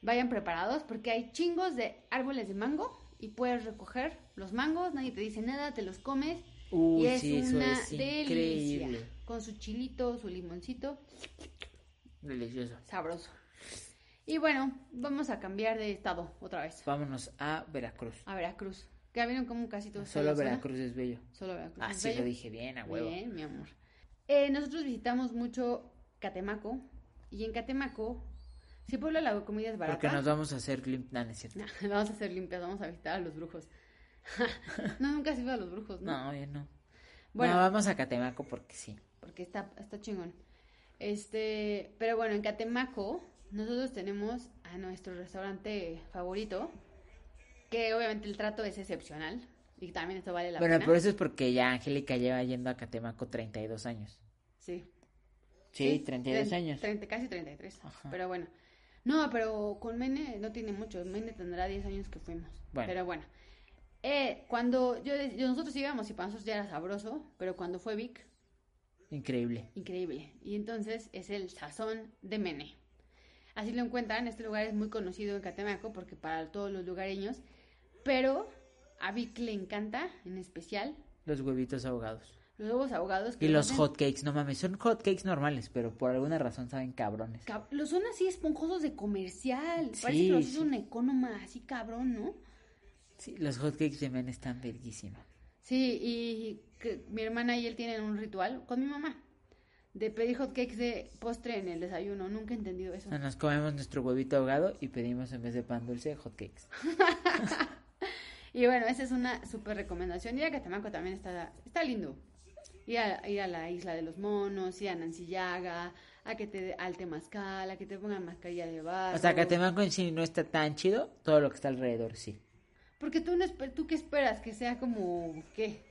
C: vayan preparados porque hay chingos de árboles de mango y puedes recoger los mangos, nadie te dice nada, te los comes.
B: Uy,
C: y es
B: sí, eso
C: una
B: es
C: delicia.
B: increíble.
C: Con su chilito, su limoncito.
B: Delicioso.
C: Sabroso. Y bueno, vamos a cambiar de estado otra vez.
B: Vámonos a Veracruz.
C: A Veracruz. Que vieron como casi todos.
B: Solo
C: la zona.
B: Veracruz es bello.
C: Solo Veracruz. es
B: Así
C: bello.
B: lo dije bien, a huevo.
C: Bien, mi amor. Eh, nosotros visitamos mucho Catemaco. Y en Catemaco, si Puebla la comida es barata.
B: Porque nos vamos a hacer limp. Nah, no es cierto.
C: No, vamos a hacer limpias, vamos a visitar a los brujos. no, nunca has ido a los brujos, ¿no?
B: No, yo no.
C: Bueno.
B: No, vamos a Catemaco porque sí.
C: Porque está, está chingón. Este, pero bueno, en Catemaco nosotros tenemos a nuestro restaurante favorito, que obviamente el trato es excepcional y también esto vale la
B: bueno,
C: pena.
B: pero eso es porque ya Angélica lleva yendo a Catemaco 32 años.
C: Sí.
B: Sí, 32
C: tre-
B: años.
C: 30, casi 33.
B: Ajá.
C: Pero bueno. No, pero con Mene no tiene mucho. Mene tendrá 10 años que fuimos.
B: Bueno.
C: Pero bueno. Eh, cuando yo, de- yo- nosotros íbamos y para nosotros ya era sabroso, pero cuando fue Vic,
B: Increíble.
C: increíble. Y entonces es el sazón de Mene. Así lo encuentran. Este lugar es muy conocido en Catemaco porque para todos los lugareños. Pero a Vic le encanta, en especial,
B: Los huevitos ahogados.
C: los huevos ahogados. que
B: Y los
C: hacen-
B: hotcakes, no mames, son hotcakes normales, pero por alguna razón saben cabrones.
C: Cab- Los son así esponjosos de comercial. Parece
B: Sí,
C: que los
B: sí.
C: hizo una economa así cabrón, ¿no?
B: Sí, los hotcakes de men están verguísimos.
C: Sí, y que mi hermana y él tienen un ritual con mi mamá de pedir hotcakes de postre en el desayuno. Nunca he entendido eso.
B: Nos comemos nuestro huevito ahogado y pedimos en vez de pan dulce hotcakes.
C: Y bueno, esa es una súper recomendación. Ir a Catamaco también está, está lindo. Ir a, ir a la isla de los monos, ir a Nancillaga, a que te al temazcal, a que te pongan mascarilla de barro.
B: O sea, Catemaco en sí no está tan chido, todo lo que está alrededor sí.
C: Porque tú, no esper- tú qué esperas, que sea como, ¿qué?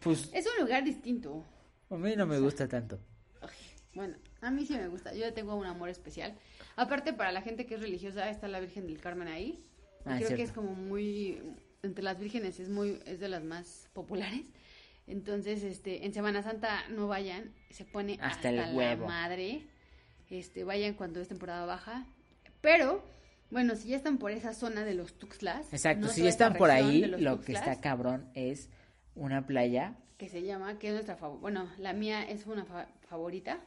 B: Pues
C: Es un lugar distinto.
B: a mí no me gusta tanto.
C: Ay, Bueno, a mí sí me gusta. Yo le tengo un amor especial. Aparte, para la gente que es religiosa, está la Virgen del Carmen ahí. Y
B: Ah, es
C: creo que es
B: cierto.
C: como muy. Entre las vírgenes es muy es de las más populares. Entonces, este, en Semana Santa no vayan. Se pone
B: Hasta
C: hasta,
B: el huevo.
C: la madre. Este, vayan cuando es temporada baja. Pero, bueno, si ya están por esa zona de los Tuxtlas.
B: Exacto,
C: no
B: si
C: toda
B: ya
C: esta
B: están por
C: región
B: ahí,
C: de los
B: lo que
C: Tuxtlas,
B: está cabrón es una playa.
C: que se llama, que es nuestra favorita. Bueno, la mía es una fa- favorita.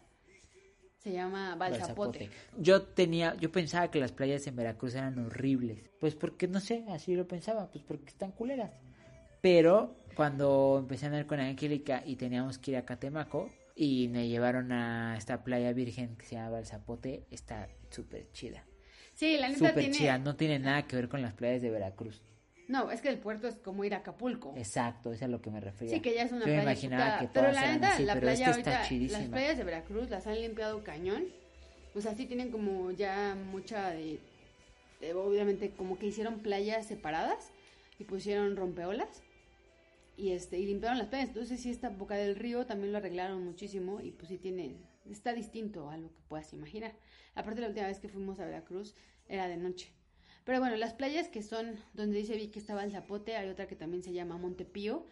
C: Se llama Balsapote.
B: Balsapote. Yo tenía, yo pensaba que las playas en Veracruz eran horribles. Pues porque no sé, así lo pensaba, pues porque están culeras. Pero cuando empecé a andar con Angélica y teníamos que ir a Catemaco y me llevaron a esta playa virgen que se llama Balsapote, está súper chida.
C: Sí, la neta
B: Súper
C: tiene.
B: chida, no tiene nada que ver con las playas de Veracruz.
C: No, es que el puerto es como ir a Acapulco.
B: Exacto, eso es a lo que me refería.
C: Sí, que ya es una
B: Yo me
C: playa.
B: imaginaba
C: puta,
B: que
C: pero
B: todas
C: la
B: eran
C: neta,
B: así,
C: la
B: pero
C: playa
B: esta está
C: ahorita,
B: chidísima.
C: las playas de Veracruz las han limpiado cañón. O sea, sí tienen como ya mucha de, de- obviamente como que hicieron playas separadas y pusieron rompeolas y este y limpiaron las playas. Entonces sí esta boca del río también lo arreglaron muchísimo y pues sí tiene está distinto a lo que puedas imaginar. Aparte la última vez que fuimos a Veracruz era de noche. Pero bueno, las playas que son donde dice vi que estaba el Zapote, hay otra que también se llama Montepío,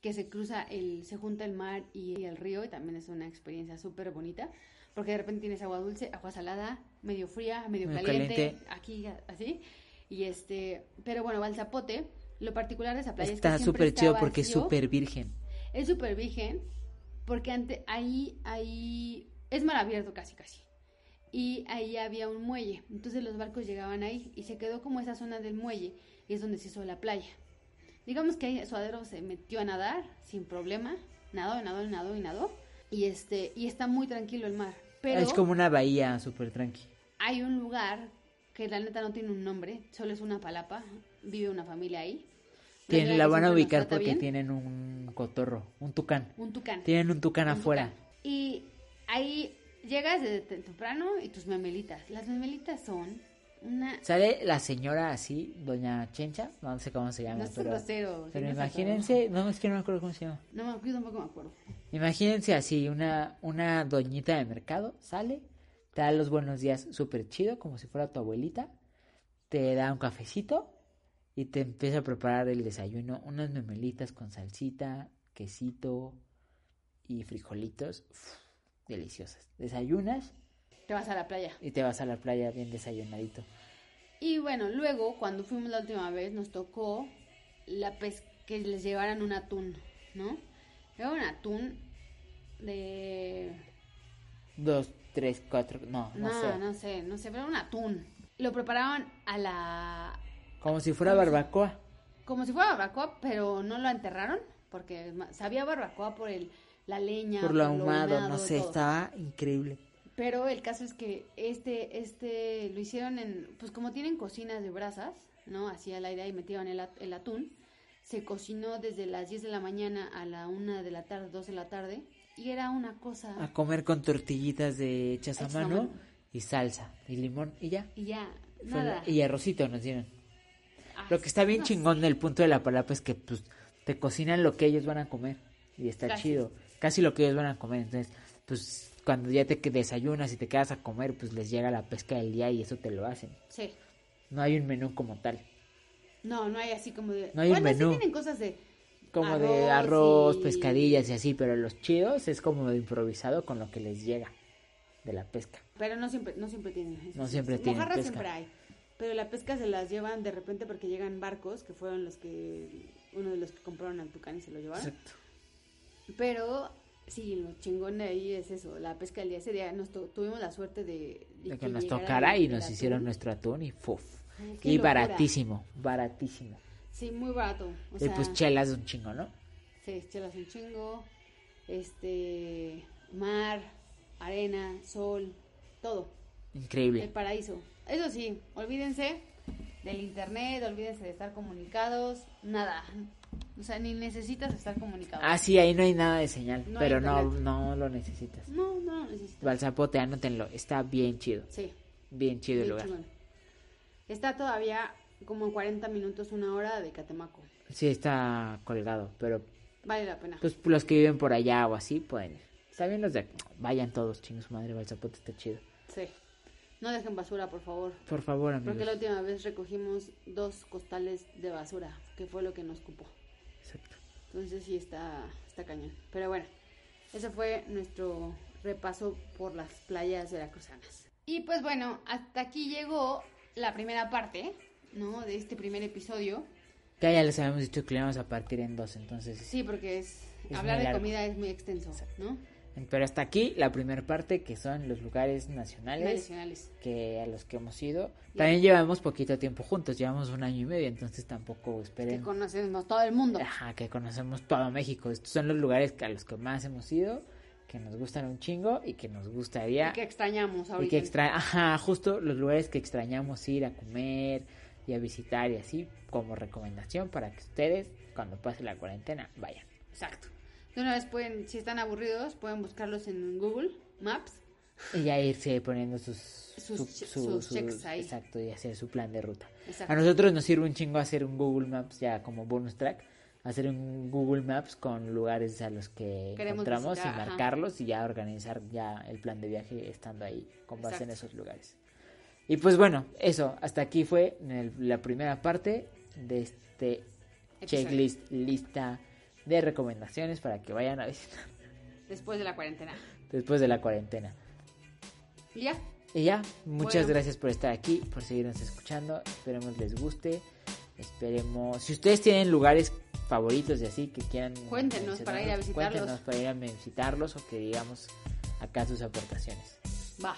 C: que se cruza el, se junta el mar y, y el río, y también es una experiencia súper bonita, porque de repente tienes agua dulce, agua salada, medio fría, medio
B: Medio
C: caliente,
B: caliente.
C: aquí a- así, y este, pero bueno, va el Zapote, lo particular de esa playa es
B: está
C: que siempre
B: súper
C: está
B: chido porque es
C: vacío.
B: súper virgen.
C: Es súper virgen, porque ante, ahí, ahí es mar abierto casi, casi. Y ahí había un muelle, entonces los barcos llegaban ahí y se quedó como esa zona del muelle y es donde se hizo la playa. Digamos que ahí Suadero se metió a nadar sin problema, nadó, nadó, nadó y nadó. Y, este, y está muy tranquilo el mar. Pero
B: Es como una bahía súper tranqui.
C: hay un lugar que la neta no tiene un nombre, solo es una palapa, vive una familia ahí. Una
B: Tienen-
C: señora
B: la
C: que
B: van a
C: siempre nos
B: ubicar
C: trata
B: porque
C: bien.
B: tienen un cotorro, un tucán.
C: un tucán.
B: Tienen un tucán afuera.
C: Y ahí llegas desde te- temprano y tus memelitas. Las memelitas son una...
B: Sale la señora así, doña Chencha, no sé cómo se llama,
C: No es un
B: pero,
C: grosero.
B: pero
C: sí, no es
B: imagínense, no es que no me acuerdo cómo se llama.
C: grosero. No, yo tampoco me acuerdo.
B: Imagínense así, una, una doñita de mercado sale, te da los buenos días súper chido, como si fuera tu abuelita, te da un cafecito y te empieza a preparar el desayuno, unas memelitas con salsita, quesito y frijolitos, uf, deliciosas. Desayunas
C: Te vas a la playa.
B: y te vas a la playa bien desayunadito.
C: Y bueno, luego cuando fuimos la última vez nos tocó la pes- que les llevaran un atún, ¿no? Era un atún de...
B: Dos, tres, cuatro, no, no,
C: No,
B: sé.
C: no sé, no sé, pero era un atún. Lo preparaban a la...
B: Como si fuera barbacoa.
C: como si fuera barbacoa, pero no lo enterraron porque ma- sabía barbacoa por el, la leña.
B: Por lo ahumado,
C: humado,
B: no sé,
C: todo.
B: estaba increíble.
C: Pero el caso es que este, este lo hicieron en, pues como tienen cocinas de brasas, ¿no? Así al aire y metieron el, at- el atún. Se cocinó desde las 10 de la mañana a la 1 de la tarde, 2 de la tarde. Y era una cosa...
B: A comer con tortillitas de hechas a
C: Hechas a
B: mano
C: mano.
B: y salsa y limón y ya.
C: Y ya,
B: Fue la-
C: nada.
B: Y arrocito nos dieron.
C: Ah,
B: Lo que está bien
C: no sé.
B: chingón del punto de la palapa es que pues, te cocinan lo que ellos van a comer. Y está
C: Casi.
B: chido. Casi lo que ellos van a comer. Entonces, pues cuando ya te que- desayunas y te quedas a comer, pues les llega la pesca del día y eso te lo hacen.
C: Sí.
B: No hay un menú como tal.
C: No, no hay así como de...
B: No hay un
C: bueno, sí
B: menú.
C: tienen cosas de...
B: Como de arroz,
C: y-
B: pescadillas y así, pero los chidos es como de improvisado con lo que les llega de la pesca.
C: Pero no siempre, no siempre tienen. eso
B: No
C: sí.
B: siempre tienen
C: Mojarras
B: pesca.
C: siempre hay. Pero la pesca se las llevan de repente porque llegan barcos, que fueron los que, uno de los que compraron al Tucán y se lo llevaron.
B: Exacto.
C: Pero sí, lo chingón de ahí es eso, la pesca del día ese día nos to- tuvimos la suerte de... de
B: Lo que nos
C: llegara
B: tocara
C: el-
B: y
C: el
B: nos
C: atún.
B: hicieron nuestro atún y fuf.
C: Ay, qué
B: Y
C: locura.
B: baratísimo, baratísimo.
C: Sí, muy barato. O
B: Y
C: sea,
B: pues chelas un chingo, ¿no?
C: sí, chelas un chingo, este, mar, arena, sol, todo. El
B: Increíble.
C: paraíso. Eso sí, olvídense del internet, olvídense de estar comunicados, nada. O sea, ni necesitas estar comunicado.
B: Ah, sí, ahí no hay nada de señal,
C: No hay
B: pero no,
C: internet.
B: no lo necesitas.
C: No, no lo necesitas.
B: Balzapote, anótenlo, está bien chido,
C: Sí.
B: bien chido
C: sí,
B: el lugar.
C: chingón. Está todavía como en 40 minutos, una hora de Catemaco.
B: Sí, está colgado, pero
C: Vale la pena.
B: pues los que viven por allá o así pueden ir. Está bien los de aquí. Vayan todos, chingos su madre, Balzapote está chido.
C: Sí. No dejen basura, por favor.
B: Por favor,
C: Porque la
B: amigos.
C: última vez recogimos dos costales de basura, que fue lo que nos cupó.
B: Exacto.
C: Entonces sí está, está cañón. Pero bueno, ese fue nuestro repaso por las playas veracruzanas. Y pues bueno, hasta aquí llegó la primera parte, ¿no? De este primer episodio.
B: Que ya les habíamos dicho que le íbamos a partir en dos, entonces.
C: Sí, porque es,
B: Es
C: hablar
B: muy
C: de
B: largo.
C: comida es muy extenso, ¿no?
B: Pero hasta aquí la primera parte, que son los lugares nacionales
C: Nacionales.
B: que a los que hemos ido. También llevamos poquito tiempo juntos, llevamos un año y medio, entonces tampoco
C: Que
B: esperen.
C: conocemos todo el mundo.
B: Ajá, que conocemos todo México. Estos son los lugares que a los que más hemos ido, que nos gustan un chingo y que nos gustaría
C: Y que extrañamos
B: y
C: ahorita.
B: que extra, ajá, justo los lugares que extrañamos ir a comer y a visitar y así como recomendación para que ustedes cuando pase la cuarentena vayan.
C: Exacto. De una vez pueden, si están aburridos, pueden buscarlos en Google Maps.
B: Y ya irse poniendo sus,
C: Sus che- sus checks ahí.
B: Exacto, y hacer su plan de ruta.
C: Exacto.
B: A nosotros nos sirve un chingo hacer un Google Maps ya como bonus track. Hacer un Google Maps con lugares a los que
C: Queremos
B: encontramos
C: visitar,
B: y
C: ajá.
B: marcarlos y ya organizar ya el plan de viaje estando ahí con base en
C: Exacto.
B: esos lugares. Y pues bueno, eso, hasta aquí fue el- la primera parte de este
C: Episodio.
B: checklist, lista de recomendaciones para que vayan a visitar
C: Después de la cuarentena.
B: después de la cuarentena.
C: Y ya.
B: Y ya, muchas
C: Bueno.
B: gracias por estar aquí, por seguirnos escuchando. Esperemos les guste. Esperemos. Si ustedes tienen lugares favoritos y así que quieran.
C: Cuéntenos para ir a
B: mencionarnos,
C: visitarlos.
B: Cuéntenos para ir a visitarlos o que digamos acá sus aportaciones.
C: Va.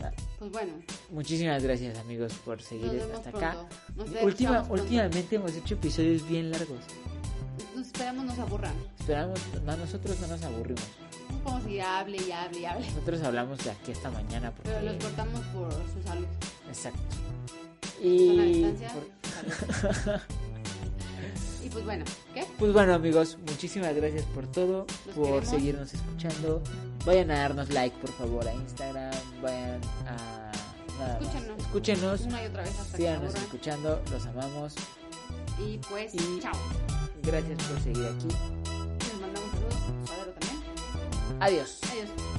B: Va.
C: Pues bueno,
B: Muchísimas gracias, amigos, por seguir
C: Nos vemos
B: hasta acá.
C: pronto. Nos
B: Última-
C: escuchamos pronto.
B: últimamente hemos hecho episodios bien largos.
C: nos esperamos nos aburran.
B: Esperamos, no, nosotros no nos aburrimos.
C: No podemos seguir hable y hable y hable.
B: Nosotros hablamos de aquí esta mañana porque.
C: Pero los cortamos por su salud.
B: Exacto.
C: Son a
B: Y.
C: distancia.
B: por-
C: salud. y pues bueno, ¿qué?
B: Pues bueno amigos, muchísimas gracias por todo,
C: Los
B: por
C: queremos.
B: seguirnos escuchando. Vayan a darnos like por favor a Instagram, vayan a... nada más.
C: Escúchenos.
B: Escúchenos,
C: Una y otra vez hasta que se
B: síganos
C: aburran.
B: escuchando, los amamos.
C: Y pues,
B: Y-
C: chao.
B: Gracias por seguir aquí.
C: Les mandamos saludos. Suadero también.
B: Adiós.
C: Adiós.